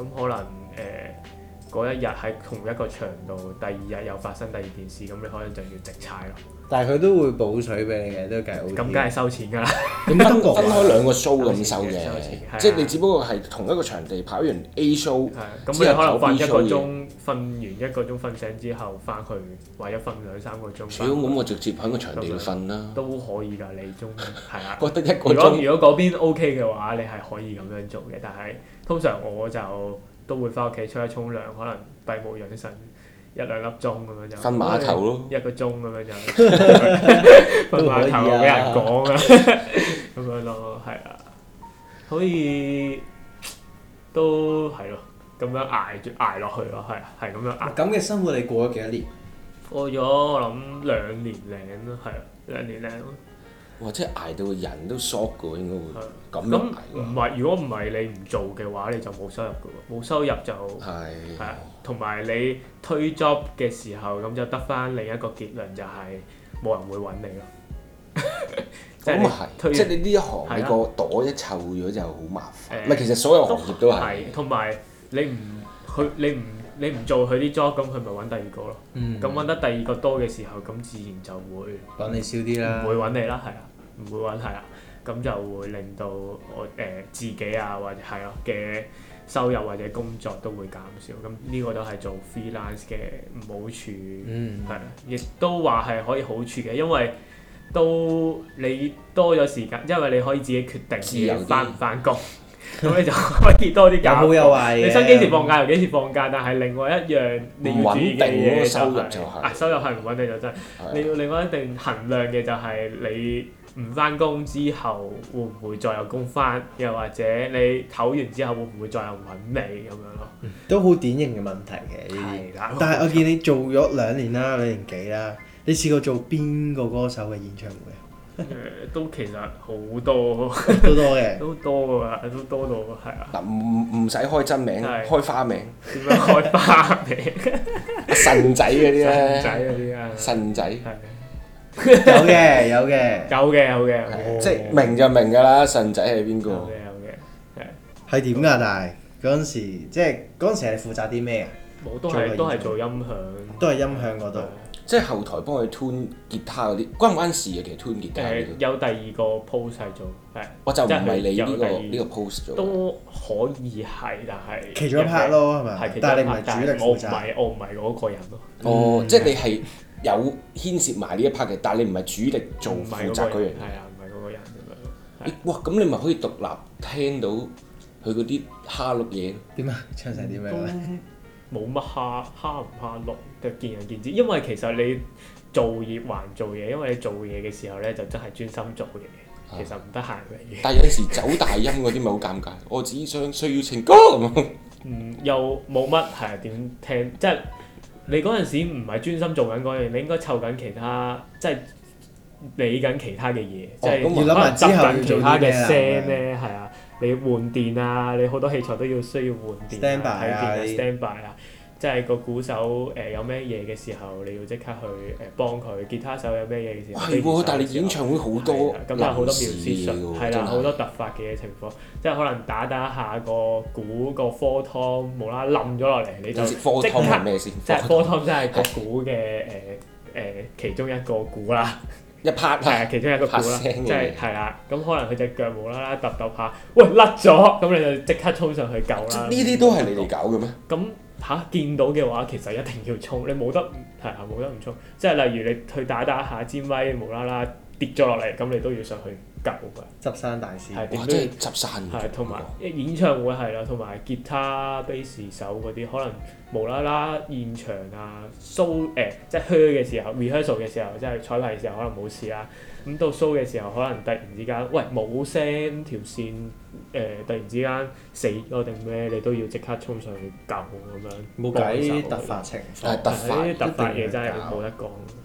[SPEAKER 4] 咁可能誒呃嗰、一日喺同一個場度，第二日又發生第二件事，咁你可能就要直踩咯，
[SPEAKER 3] 但係佢都會補水俾你嘅，都計好啲。
[SPEAKER 4] 咁梗係收錢㗎啦，
[SPEAKER 3] 點
[SPEAKER 2] 分
[SPEAKER 3] 德
[SPEAKER 2] 分
[SPEAKER 3] 國啊
[SPEAKER 2] 開兩個 show 咁收
[SPEAKER 4] 收
[SPEAKER 2] 嘅
[SPEAKER 4] 錢嘅收錢嘅，
[SPEAKER 2] 即係你只不過係同一個場地跑完 A show，
[SPEAKER 4] 係啊啊咁
[SPEAKER 2] 之
[SPEAKER 4] 你可
[SPEAKER 2] 後
[SPEAKER 4] 能
[SPEAKER 2] 搞
[SPEAKER 4] 瞓
[SPEAKER 2] B
[SPEAKER 4] 一個
[SPEAKER 2] show
[SPEAKER 4] 鐘，瞓完一個鐘瞓醒之後翻去，或者瞓兩三個鐘
[SPEAKER 2] 屌
[SPEAKER 4] 返去，
[SPEAKER 2] 咁我直接喺個場地度瞓啦，
[SPEAKER 4] 都可以㗎，你中意係啊。
[SPEAKER 2] 覺得一個
[SPEAKER 4] 如果
[SPEAKER 2] 鐘
[SPEAKER 4] 如果嗰邊 OK 嘅話，你係可以咁樣做嘅。但係通常我就都會翻屋企沖一沖涼，可能閉目養神一兩粒鐘咁樣就
[SPEAKER 2] 瞓碼頭咯，
[SPEAKER 4] 一個鐘咁樣就 瞓
[SPEAKER 3] 都可
[SPEAKER 4] 碼
[SPEAKER 3] 以
[SPEAKER 4] 頭
[SPEAKER 3] 啊
[SPEAKER 4] 俾人講啊，咁樣咯，係啊，可以都係咯，咁樣捱住捱落去咯，係啊係咁樣捱。
[SPEAKER 3] 咁嘅生活你過咗幾多年？
[SPEAKER 4] 過咗我諗兩年零咯，係啊兩年零咯。
[SPEAKER 2] 哇！即係捱到個人都 short 嘅喎，應
[SPEAKER 4] 係
[SPEAKER 2] 該會咁
[SPEAKER 4] 咁嗯
[SPEAKER 2] 樣捱
[SPEAKER 4] 唔
[SPEAKER 2] 喎，
[SPEAKER 4] 係，如果唔係你唔做嘅話，你就冇收入嘅喎，冇收入就係
[SPEAKER 2] 係
[SPEAKER 4] 啊同埋你推 job 嘅時候，咁就得翻另一個結論就係冇人會揾你咯。 即係你
[SPEAKER 2] 咁啊係，
[SPEAKER 4] 推
[SPEAKER 2] 即係你呢一行
[SPEAKER 4] 係
[SPEAKER 2] 你
[SPEAKER 4] 啊
[SPEAKER 2] 個朵一湊咗就好麻煩，唔係
[SPEAKER 4] 誒
[SPEAKER 2] 其實所有行業都係，
[SPEAKER 4] 同埋你唔佢你唔你唔做佢啲 job，咁佢咪揾第二個咯。
[SPEAKER 3] 嗯
[SPEAKER 4] 咁揾、得第二個多嘅時候，咁自然就會。
[SPEAKER 3] 揾你少啲啦
[SPEAKER 4] 唔。會揾你啦，係啊，唔會揾係啊，咁就會令到我誒、呃自己啊或者係咯嘅收入或者工作都會減少，咁呢個都係做 freelance 嘅唔好處，
[SPEAKER 3] 嗯，
[SPEAKER 4] 係啊亦都話係可以好處嘅，因為都你多咗時間，因為你可以自己決定自
[SPEAKER 2] 自由
[SPEAKER 4] 己
[SPEAKER 2] 啲
[SPEAKER 4] 翻唔翻工，咁你就可以 多啲
[SPEAKER 3] 有
[SPEAKER 4] 假
[SPEAKER 3] 好有壞嘅。
[SPEAKER 4] 你想幾時放假又幾時放假，但係另外一樣你要注
[SPEAKER 2] 唔穩
[SPEAKER 4] 意嘅
[SPEAKER 2] 定嗰
[SPEAKER 4] 嘢
[SPEAKER 2] 個
[SPEAKER 4] 就
[SPEAKER 2] 收入
[SPEAKER 4] 係、
[SPEAKER 2] 就係
[SPEAKER 4] 啊收入係唔穩定就真係。你
[SPEAKER 2] 係
[SPEAKER 4] 要另外一定衡量嘅就係你唔翻工之後會唔會再有工翻，又或者你唞完之後會唔會再有人揾你咁樣咯？
[SPEAKER 3] 都好典型嘅問題嘅呢啲。
[SPEAKER 4] 係啦，
[SPEAKER 3] 但係我見你做咗兩年啦，兩年幾啦，你試過做邊個歌手嘅演唱會啊？
[SPEAKER 4] 誒都其實好多
[SPEAKER 3] 都多嘅。
[SPEAKER 4] 都多㗎，都多到係啊，
[SPEAKER 2] 嗱唔唔使開真名，
[SPEAKER 4] 係
[SPEAKER 2] 開花名，
[SPEAKER 4] 點樣開花名
[SPEAKER 2] 神仔嗰啲
[SPEAKER 4] 仔
[SPEAKER 2] 咧，
[SPEAKER 4] 嗰啲啊，
[SPEAKER 2] 神仔。
[SPEAKER 4] 係
[SPEAKER 3] 有嘅，有嘅。
[SPEAKER 4] 有嘅有嘅，有嘅
[SPEAKER 2] 即係明就明㗎啦，神仔係邊
[SPEAKER 4] 有
[SPEAKER 2] 個？
[SPEAKER 4] 嘅有嘅，
[SPEAKER 3] 係點㗎？但係嗰陣時，即係嗰陣時係負責啲咩啊？
[SPEAKER 4] 冇都
[SPEAKER 3] 做嘅
[SPEAKER 4] 係都係
[SPEAKER 3] 嘢
[SPEAKER 4] 做音響，
[SPEAKER 3] 都係音響嗰度。
[SPEAKER 2] 即係後台幫佢 tune 吉他嗰啲，關唔關事嘅？其實 tune 吉他
[SPEAKER 4] 誒
[SPEAKER 2] 嗰啲，
[SPEAKER 4] 有第二個 post 係做係。
[SPEAKER 2] 我就唔
[SPEAKER 4] 即係佢
[SPEAKER 2] 係你呢個
[SPEAKER 4] 有第二
[SPEAKER 2] 呢個 post 咗。
[SPEAKER 4] 都可以係，但係
[SPEAKER 3] 其中一 part 咯，係
[SPEAKER 4] 係
[SPEAKER 3] 咪
[SPEAKER 4] 其？中
[SPEAKER 3] 但係
[SPEAKER 4] 一
[SPEAKER 3] 你唔
[SPEAKER 4] part，
[SPEAKER 3] 係
[SPEAKER 4] 但
[SPEAKER 3] 主力
[SPEAKER 4] 係我唔
[SPEAKER 3] 負責。
[SPEAKER 4] 係我唔係嗰個人咯，
[SPEAKER 2] 哦，即係你係有牽涉埋呢一 part 嘅，但係你唔係主力做
[SPEAKER 4] 唔係
[SPEAKER 2] 負
[SPEAKER 4] 嗰
[SPEAKER 2] 責
[SPEAKER 4] 個
[SPEAKER 2] 嗰樣
[SPEAKER 4] 人，係啊，唔係嗰個人咁
[SPEAKER 2] 嘢。哇，咁你咪可以獨立聽到佢嗰 啲蝦碌嘢咯。
[SPEAKER 3] 點啊？唱成點樣啊？
[SPEAKER 4] 樣，都冇乜蝦蝦唔蝦落，就見仁見智。因為其實你做嘢還做嘢，因為你做嘢嘅時候咧就真係專心做嘢，其實唔得閒理嘅。
[SPEAKER 2] 但係有陣時走大音嗰啲咪好尷尬。我只想需要情歌咁 樣。
[SPEAKER 4] 嗯，又冇乜係點聽，即係你嗰陣時唔係專心做緊嗰樣，你應該湊緊其他，即係理緊其他嘅嘢，即係
[SPEAKER 2] 咁
[SPEAKER 3] 哦要諗埋之後要
[SPEAKER 4] 執緊
[SPEAKER 3] 做啲
[SPEAKER 4] 其他
[SPEAKER 3] 咩
[SPEAKER 4] 嘅
[SPEAKER 3] 啦
[SPEAKER 4] 聲咧，係啊，你換電啊，你好多器材都要需要換電
[SPEAKER 3] Standby 啊
[SPEAKER 4] 睇電
[SPEAKER 3] 呢啲
[SPEAKER 4] standby 啊，即係個鼓手誒、有咩嘢嘅時候，你要即刻去誒幫佢；吉他手有咩嘢嘅時候，
[SPEAKER 2] 係喎，但係你演
[SPEAKER 4] 演唱
[SPEAKER 2] 唱會好多
[SPEAKER 4] 咁但係好
[SPEAKER 2] 臨
[SPEAKER 4] 多描
[SPEAKER 2] 時
[SPEAKER 4] 思
[SPEAKER 2] 嘢
[SPEAKER 4] 上
[SPEAKER 2] 喎，
[SPEAKER 4] 係
[SPEAKER 2] 真
[SPEAKER 4] 啦，
[SPEAKER 2] 係
[SPEAKER 4] 好多突發嘅情況，即係可能打打下個鼓個科湯無啦啦冧咗落嚟，你就
[SPEAKER 2] 你知科湯
[SPEAKER 4] 即刻
[SPEAKER 2] 係咩先？
[SPEAKER 4] 即係
[SPEAKER 2] 科
[SPEAKER 4] 科湯真係個鼓嘅誒誒其中一個鼓啦。
[SPEAKER 2] 一 part
[SPEAKER 4] 係啊，
[SPEAKER 2] 係
[SPEAKER 4] 其中一個鼓啦，
[SPEAKER 2] 拍聲嘅嘢
[SPEAKER 4] 即係係啦。咁可能佢隻腳無啦啦揼揼下，喂甩咗，咁你就即刻衝上去救啦。
[SPEAKER 2] 呢啲都係你哋搞嘅咩？
[SPEAKER 4] 咁嚇見到嘅話，其實一定要衝，你冇得係啊，冇得唔衝。即係例如你去打打下支咪，無啦啦跌咗落嚟，咁你都要上去救㗎。
[SPEAKER 3] 執生大師。
[SPEAKER 4] 係點
[SPEAKER 2] 哇！
[SPEAKER 4] 都要
[SPEAKER 2] 真係執
[SPEAKER 3] 嗯
[SPEAKER 2] 散
[SPEAKER 4] 係同埋演唱會係啦，同埋吉他、bass 手嗰啲，可能無啦啦現場啊 show 誒、即係 show 嘅時候，rehearsal 嘅時候，即係彩排嘅時候可能冇事啦。啊咁到 show 嘅時候，可能突然之間，喂冇聲條線誒、突然之間死咗定咩，你都要即刻衝上去救咁樣。
[SPEAKER 3] 冇計
[SPEAKER 4] 幫手
[SPEAKER 3] 突發情
[SPEAKER 2] 係
[SPEAKER 3] 況。
[SPEAKER 2] 突發
[SPEAKER 4] 係呢啲突發
[SPEAKER 3] 一定
[SPEAKER 4] 嘢
[SPEAKER 3] 要
[SPEAKER 4] 真係
[SPEAKER 3] 搞
[SPEAKER 4] 冇得講，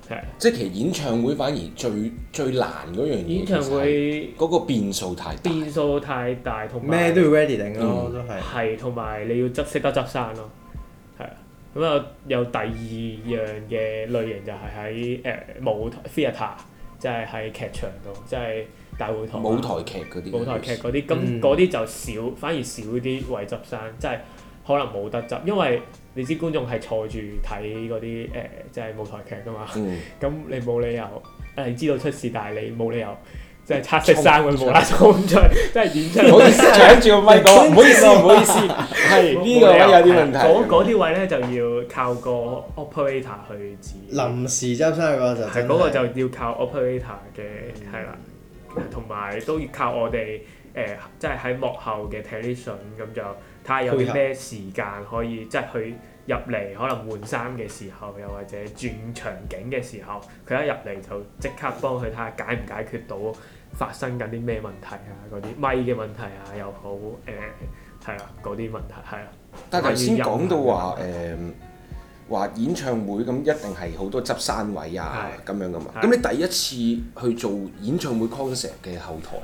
[SPEAKER 4] 係
[SPEAKER 2] 即係其實演唱會反而最最難嗰樣嘢，
[SPEAKER 4] 演唱會
[SPEAKER 2] 其實係嗰個變數太大，
[SPEAKER 4] 變數太大，同埋
[SPEAKER 3] 咩都要 ready 定咯，都係。
[SPEAKER 4] 係同埋你要執識得執生咯，係啊。咁啊，有第二樣嘅類型就係喺誒舞台 theatre，即係喺劇場度，即係大會堂啊
[SPEAKER 2] 舞台劇嗰啲
[SPEAKER 4] 舞台劇嗰啲，咁
[SPEAKER 3] 嗯
[SPEAKER 4] 嗰啲就少，反而少啲位執生，即係可能冇得執，因為你知觀眾係坐住睇嗰啲誒，即係舞台劇噶嘛，
[SPEAKER 2] 嗯，
[SPEAKER 4] 咁你冇理由誒你知道出事，但係你冇理由即係拆色衫會無啦啦 衝出去，即係演出
[SPEAKER 2] 唔。好意 思，搶住個咪講，唔好意思，唔好意思，係呢個位有啲問題。
[SPEAKER 4] 嗰嗰啲位咧就要靠個 operator 去指。
[SPEAKER 3] 臨時執生嗰個就
[SPEAKER 4] 係
[SPEAKER 3] 真
[SPEAKER 4] 嗰個
[SPEAKER 3] 係。嗯
[SPEAKER 4] 就要靠 operator 嘅，係啦，同埋都要靠我哋誒、呃即係喺幕後嘅 technician 咁就睇下有
[SPEAKER 3] 配
[SPEAKER 4] 啲
[SPEAKER 3] 合
[SPEAKER 4] 咩時間可以即係去入嚟，可能換衫嘅時候，又或者轉場景嘅時候，佢一入嚟就即刻幫佢睇下解唔解決到發生緊啲咩問題啊，嗰啲咪嘅問題啊又好誒係啦，嗰啲問題係啦。
[SPEAKER 2] 但係頭先講到話誒話演唱會咁一定係好多執生位啊咁樣噶嘛。
[SPEAKER 4] 係
[SPEAKER 2] 咁你第一次去做演唱會 concept 嘅後台，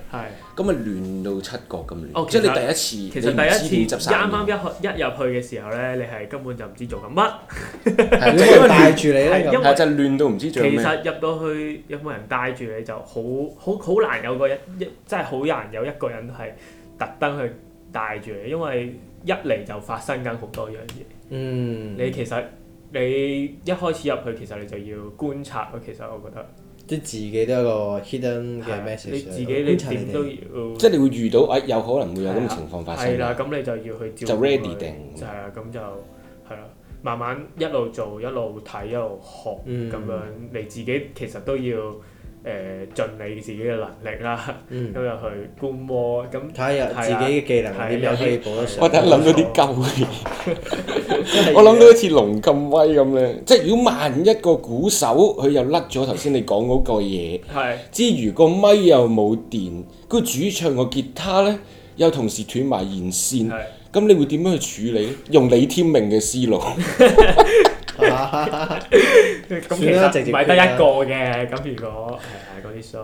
[SPEAKER 4] 係。
[SPEAKER 2] 咁啊亂到七角咁亂，
[SPEAKER 4] 哦
[SPEAKER 2] 即係
[SPEAKER 4] 其實
[SPEAKER 2] 你第
[SPEAKER 4] 其
[SPEAKER 2] 一次
[SPEAKER 4] 實第
[SPEAKER 2] 你
[SPEAKER 4] 一
[SPEAKER 2] 唔知
[SPEAKER 4] 次
[SPEAKER 2] 點執生
[SPEAKER 4] 啱
[SPEAKER 2] 㗎
[SPEAKER 4] 啱一去一入去嘅時候咧，你係根本就唔知做緊乜。
[SPEAKER 2] 係
[SPEAKER 3] 你
[SPEAKER 2] 即係因為
[SPEAKER 3] 會啊帶
[SPEAKER 2] 亂
[SPEAKER 3] 住你
[SPEAKER 4] 係因
[SPEAKER 3] 咧
[SPEAKER 4] 為
[SPEAKER 2] 係就係亂到唔知
[SPEAKER 4] 其
[SPEAKER 2] 做咩。
[SPEAKER 4] 實入到去有冇人帶住你就好好好難有個一一真係好難有一個人係特登去帶住你，因為一嚟就發生緊好多樣嘢。
[SPEAKER 3] 嗯，
[SPEAKER 4] 你其實你一開始入去，其實你就要觀察咯。其實我覺得
[SPEAKER 3] 即係自己都有個 hidden
[SPEAKER 4] 係啊
[SPEAKER 3] 嘅 message 啊
[SPEAKER 4] 你
[SPEAKER 3] 喺度。
[SPEAKER 4] 自己你
[SPEAKER 3] 觀察
[SPEAKER 4] 點
[SPEAKER 3] 哋
[SPEAKER 4] 都要
[SPEAKER 2] 即係你會遇到，誒有可能會有咁嘅情況發生
[SPEAKER 4] 啊係。啦，咁你就要去照顧
[SPEAKER 2] 就 ready
[SPEAKER 4] 佢
[SPEAKER 2] 定
[SPEAKER 4] 就係啊，咁就係啦，慢慢一路做一路睇一路學咁、
[SPEAKER 3] 嗯
[SPEAKER 4] 樣，你自己其實都要誒、呃、盡你自己嘅能力啦，咁
[SPEAKER 3] 嗯
[SPEAKER 4] 就去觀摩咁。
[SPEAKER 3] 睇下有
[SPEAKER 4] 係啊啊
[SPEAKER 3] 自己嘅技能點樣可以補得上。
[SPEAKER 2] 我突然諗到啲鳩嘢，我諗到好似龍咁威咁咧，即係如果萬一個鼓手佢又甩咗頭先你講嗰個嘢，
[SPEAKER 4] 係
[SPEAKER 2] 之餘個咪又冇電，個主唱個吉他咧又同時斷埋弦
[SPEAKER 3] 嗯
[SPEAKER 2] 線，
[SPEAKER 4] 係
[SPEAKER 2] 咁你會點樣去處理？用李天命嘅思 路，
[SPEAKER 4] 咁
[SPEAKER 3] 算
[SPEAKER 4] 其
[SPEAKER 3] 啦
[SPEAKER 4] 實
[SPEAKER 3] 直接
[SPEAKER 4] 唔係得
[SPEAKER 3] 決啦
[SPEAKER 4] 一個嘅，咁如果係係嗰啲數，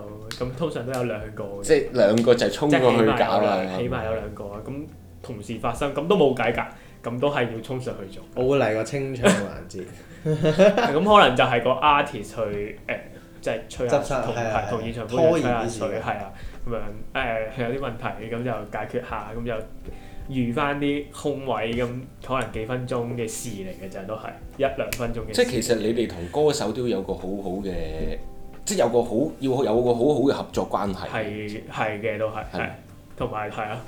[SPEAKER 4] 咁通常都有兩個嘅，
[SPEAKER 2] 即係兩個就衝
[SPEAKER 4] 即
[SPEAKER 2] 過
[SPEAKER 4] 係起
[SPEAKER 2] 去
[SPEAKER 4] 碼
[SPEAKER 2] 搞
[SPEAKER 4] 有
[SPEAKER 2] 啦
[SPEAKER 4] 兩，起碼有兩個啊，咁同時發生，咁都冇計㗎，咁都係要衝上去做。
[SPEAKER 3] 我會嚟個清唱環節，
[SPEAKER 4] 咁可能就係個 artist 去誒，即係吹下
[SPEAKER 3] 執生
[SPEAKER 4] 同
[SPEAKER 3] 係
[SPEAKER 4] 係
[SPEAKER 3] 係
[SPEAKER 4] 同現場觀
[SPEAKER 3] 拖
[SPEAKER 4] 眾吹
[SPEAKER 3] 延
[SPEAKER 4] 下
[SPEAKER 3] 呢啲
[SPEAKER 4] 水，
[SPEAKER 3] 嘢
[SPEAKER 4] 係啊，咁樣誒有啲問題咁就解決下，咁就預翻啲空位咁，可能幾分鐘嘅事嚟嘅咋，都係一兩分鐘嘅事。
[SPEAKER 2] 即係其實你哋同歌手都有個好好嘅，即係有個好要有個好好嘅合作關係。
[SPEAKER 4] 係係嘅，都係
[SPEAKER 2] 係
[SPEAKER 4] 係，同埋係啊，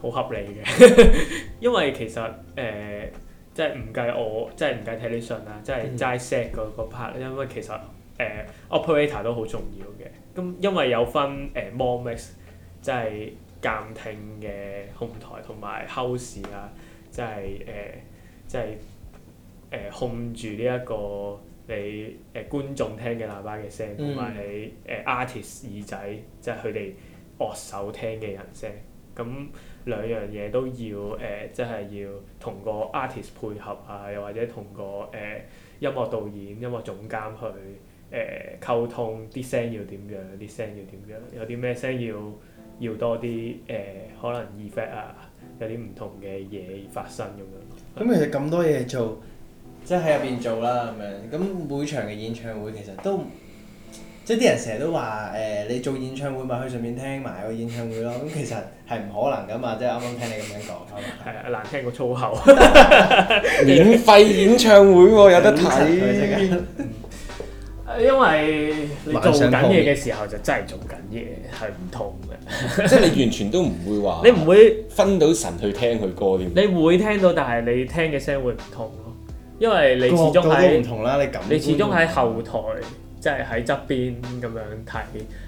[SPEAKER 4] 好合理嘅。 因為其實誒、呃即係唔計我，即係唔計睇你信啦，即係齋 set 嗰個 part 因為其實誒、呃 operator 都好重要嘅。咁因為有分呃誒 mon mix，即係監聽嘅控台同埋 house 啊，即係誒、呃即係誒、呃控住呢、一個。你誒、呃、觀眾聽嘅喇叭嘅聲，同埋你誒、呃 artist 耳仔，即係佢哋呃樂手聽嘅人聲。咁兩樣嘢都要誒、呃即係要同個 artist 配合啊，又或者同個誒、呃音樂導演、音樂總監去誒、呃、溝通，啲聲要點樣，啲聲要點樣，有啲咩聲要要多啲誒、呃可能 effect 啊，有啲唔同嘅嘢發生咁樣。
[SPEAKER 3] 咁其實咁多嘢做，即係喺入邊做啦咁樣。咁每場嘅演唱會其實都唔即係啲人成日都話誒、你做演唱會咪去順便聽埋個演唱會咯。咁其實係唔可能噶嘛，即係啱啱聽你咁樣講啊嘛。
[SPEAKER 4] 係啊，難聽過粗口。
[SPEAKER 2] 免費演唱會喎，有 得
[SPEAKER 3] 佢即
[SPEAKER 2] 睇
[SPEAKER 3] 刻。
[SPEAKER 4] 因為你做
[SPEAKER 3] 晚
[SPEAKER 4] 緊
[SPEAKER 3] 上鋪
[SPEAKER 4] 嘢嘅時候就真係做緊嘢，係唔同嘅。
[SPEAKER 2] 即係你完全都唔會話，
[SPEAKER 4] 你唔會，
[SPEAKER 2] 分到神去聽佢歌 添。
[SPEAKER 4] 你會聽到，但係你聽嘅聲會唔同咯。因為你始
[SPEAKER 3] 個
[SPEAKER 4] 終
[SPEAKER 3] 個都唔
[SPEAKER 4] 喺
[SPEAKER 3] 同啦，你咁
[SPEAKER 4] 你始終喺後台，即係喺側邊咁樣睇，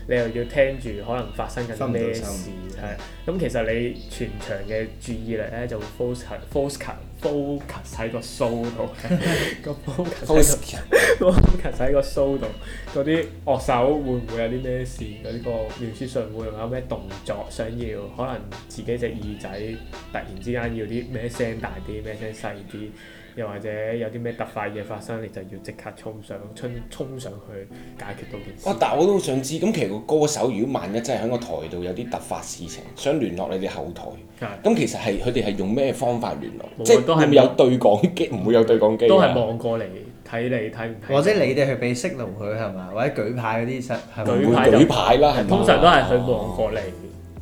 [SPEAKER 4] 你又要聽住可能發生緊
[SPEAKER 3] 分唔到
[SPEAKER 4] 咩
[SPEAKER 3] 心
[SPEAKER 4] 事係。咁其實你全場嘅注意力咧就會 focus focus focus 喺個 show 度，個 focus 喺個 focus 喺個 show 度，嗰啲樂手會唔會有啲咩事？嗰啲個描書上會唔會有咩動作想要？可能自己隻耳仔突然之間要啲咩聲大啲，咩聲細啲，又或者有啲咩突發嘢發生，你就要即刻衝上衝衝上去解決到件
[SPEAKER 2] 哇！
[SPEAKER 4] 事。
[SPEAKER 2] 但係我都好想知，咁其實個歌手如果萬一真係喺個台度有啲突發事情，想聯絡你哋後台，
[SPEAKER 4] 係
[SPEAKER 2] 咁其實係佢哋係用咩方法聯絡？
[SPEAKER 4] 冇啊
[SPEAKER 2] 即係
[SPEAKER 4] 都係
[SPEAKER 2] 會唔會有對講機？唔會有對講機㗎。啊
[SPEAKER 4] 都係望過嚟睇你睇唔睇，
[SPEAKER 3] 啊或者你哋去俾 s i 佢係嘛，或者舉牌嗰啲實係
[SPEAKER 4] 舉
[SPEAKER 3] 咪
[SPEAKER 2] 會
[SPEAKER 4] 牌就
[SPEAKER 2] 舉牌啦，係咪
[SPEAKER 4] 通常都係佢望過嚟。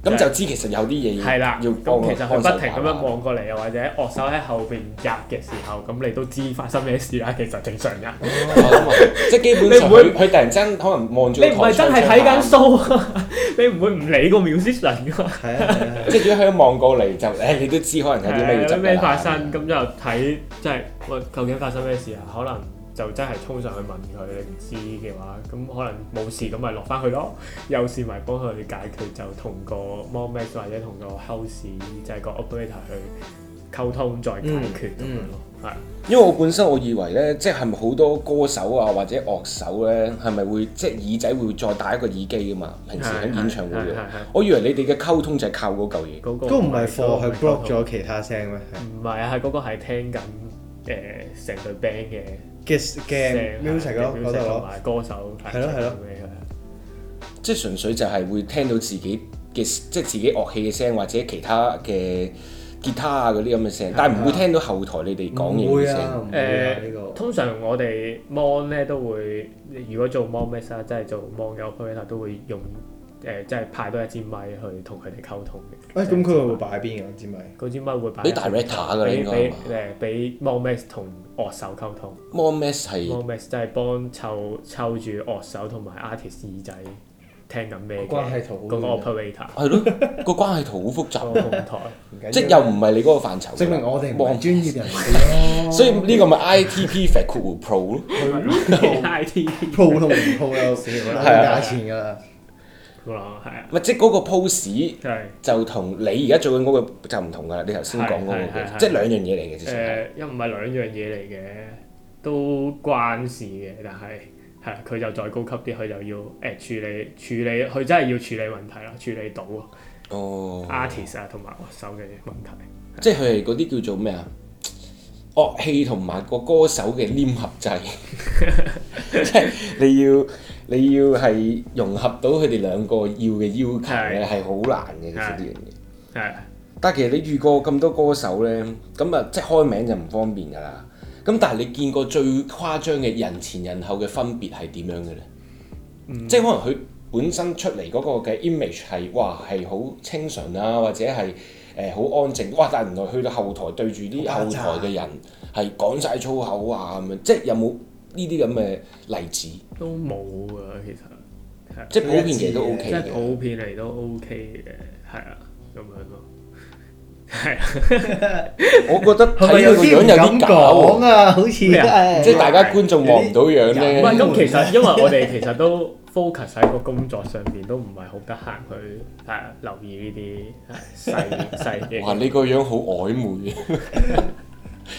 [SPEAKER 2] 咁就知其實有啲嘢要
[SPEAKER 4] 係啦，
[SPEAKER 2] 要幫
[SPEAKER 4] 咁其實佢
[SPEAKER 2] 幫手哦
[SPEAKER 4] 不停咁
[SPEAKER 2] 把
[SPEAKER 4] 樣
[SPEAKER 2] 關
[SPEAKER 4] 望過嚟，又或者樂手喺後邊入嘅時候，咁你都知發生咩事啦。其實正常人，
[SPEAKER 2] 我諗啊即係基本上
[SPEAKER 4] 你唔會
[SPEAKER 2] 佢佢突然間可能望住
[SPEAKER 4] 你
[SPEAKER 2] 個
[SPEAKER 4] 唔係
[SPEAKER 2] 台窗
[SPEAKER 4] 真係睇緊 show 啊，你唔會唔理個 musician 噶嘛。
[SPEAKER 3] 係啊係啊，
[SPEAKER 2] 即係如果佢一望過嚟就誒，你都知可能有啲咩要
[SPEAKER 4] 係啊
[SPEAKER 2] 執
[SPEAKER 4] 有咩發
[SPEAKER 2] 啦啊
[SPEAKER 4] 生，咁就睇即係喂究竟發生咩事啊？可能就真係衝上去問佢，你唔知嘅話，咁可能冇事咁咪落翻去咯。有事咪幫佢解決，就同個
[SPEAKER 2] 嗯
[SPEAKER 4] m o m a x 或者同個 house 就係個 operator 去溝通再解決咁
[SPEAKER 2] 嗯
[SPEAKER 4] 樣咯，係、
[SPEAKER 2] 因為我本身我以為咧，即係咪好多歌手啊或者樂手咧，係咪會即係耳仔會再戴一個耳機噶嘛？平時喺演唱會
[SPEAKER 4] 係係
[SPEAKER 2] 嘅
[SPEAKER 4] 係係
[SPEAKER 2] 我以為你哋嘅溝通就係靠嗰嚿嘢。
[SPEAKER 4] 嗰個
[SPEAKER 3] 都唔係貨，
[SPEAKER 4] 嗰
[SPEAKER 3] 係
[SPEAKER 4] 個
[SPEAKER 3] block 咗其他聲咩？係
[SPEAKER 4] 唔係啊，係嗰個係聽緊誒成隊 band 嘅
[SPEAKER 3] 嘅嘅
[SPEAKER 4] 聲
[SPEAKER 3] music 咯，
[SPEAKER 4] 嘅
[SPEAKER 3] 嗰度
[SPEAKER 4] music 同
[SPEAKER 3] 咯，
[SPEAKER 4] 埋歌手
[SPEAKER 3] 係咯係咯
[SPEAKER 4] 咩嘅
[SPEAKER 2] 即係純粹就係會聽到自己嘅即係自己樂器嘅聲，或者其他嘅吉他啊嗰啲咁嘅聲，但係唔會聽到後台你哋講嘢
[SPEAKER 3] 唔
[SPEAKER 2] 嘅
[SPEAKER 3] 會
[SPEAKER 2] 聲。
[SPEAKER 3] 啊，唔會啊呢
[SPEAKER 4] 誒，
[SPEAKER 3] 個。
[SPEAKER 4] 通常我哋 mon 咧都會，如果做 mon mix 啦，即係做 mon 嘅 operator 都會用誒，即係派多一支咪去同佢哋溝通嘅。
[SPEAKER 3] 喂，咁佢會擺喺邊㗎？知咪？
[SPEAKER 4] 嗰支咪會擺
[SPEAKER 2] 俾 director 㗎啦，
[SPEAKER 4] 俾
[SPEAKER 2] 應該係
[SPEAKER 4] 啊俾
[SPEAKER 2] 嘛
[SPEAKER 4] 誒俾 mon mix 同樂手溝通
[SPEAKER 2] Mon Max 係
[SPEAKER 4] ，mon mix 就係幫湊湊住樂手同埋 artist 耳仔聽緊咩嘅
[SPEAKER 3] 關係圖好
[SPEAKER 4] 嗰個
[SPEAKER 3] 遠啊
[SPEAKER 4] operator
[SPEAKER 2] 係咯，個關係圖好複
[SPEAKER 4] 嗰
[SPEAKER 2] 雜，
[SPEAKER 4] 個 控台。
[SPEAKER 3] 唔緊要
[SPEAKER 2] 即係又唔係你嗰個範疇。
[SPEAKER 3] 證明我哋唔係專業人士咯。
[SPEAKER 2] 所以呢個咪 ITP Fac Cool Pro 咯。
[SPEAKER 4] IT
[SPEAKER 3] pro 同唔 pro 有兩個價錢㗎啦。
[SPEAKER 4] 好啦，係啊，
[SPEAKER 2] 咪即係嗰個 pose
[SPEAKER 4] 係
[SPEAKER 2] 就同你而家做緊嗰個就唔同㗎啦，你頭先講嗰
[SPEAKER 4] 係係係
[SPEAKER 2] 個，
[SPEAKER 4] 係
[SPEAKER 2] 即係兩樣嘢嚟嘅，其實係。
[SPEAKER 4] 誒，又唔係兩樣嘢嚟嘅，都關事嘅，但係係啊佢就再高級啲，佢就要誒、處理處理，佢真係要處理問題啦，處理到啊
[SPEAKER 2] 哦，
[SPEAKER 4] artist 啊同埋樂手嘅問題，
[SPEAKER 2] 即係佢係嗰啲叫做咩啊？樂器同埋個歌手 嘅黏合劑，即係你要你要係融合到佢哋兩個要嘅要求咧，係好難嘅其實呢樣嘢。
[SPEAKER 4] 係啊
[SPEAKER 2] 但係其實你遇過咁多歌手呢，咁啊即係開名就唔方便㗎啦。咁但係你見過最誇張嘅人前人後嘅分別係點樣嘅呢？即係可能佢本身出嚟嗰個嘅 image 係哇係好清純啊，或者係誒好安靜。哇！但係原來去到後台對住啲
[SPEAKER 3] 好
[SPEAKER 2] 後
[SPEAKER 3] 巴喳
[SPEAKER 2] 台嘅人係講晒粗口啊咁樣，即係有冇呢啲咁嘅例子？
[SPEAKER 4] 都冇啊，其實係
[SPEAKER 2] 即係普遍其實都
[SPEAKER 3] 有一
[SPEAKER 2] OK
[SPEAKER 3] 次
[SPEAKER 4] 即係
[SPEAKER 2] 嘅。
[SPEAKER 4] 普遍嚟都 OK 嘅，係啊咁樣 咯，係啊
[SPEAKER 2] 我覺得
[SPEAKER 3] 係咪
[SPEAKER 2] 睇佢個樣有啲假喎，
[SPEAKER 3] 講啊？好似即
[SPEAKER 4] 咩啊
[SPEAKER 2] 即係大家觀眾望唔到樣
[SPEAKER 3] 有啲
[SPEAKER 4] 唔係
[SPEAKER 2] 呢。
[SPEAKER 4] 咁，其實因為我哋其實都 focus 喺個工作上邊，都唔係好得閒去係啊留意呢啲係 細細嘅。
[SPEAKER 2] 哇！你個樣好曖昧。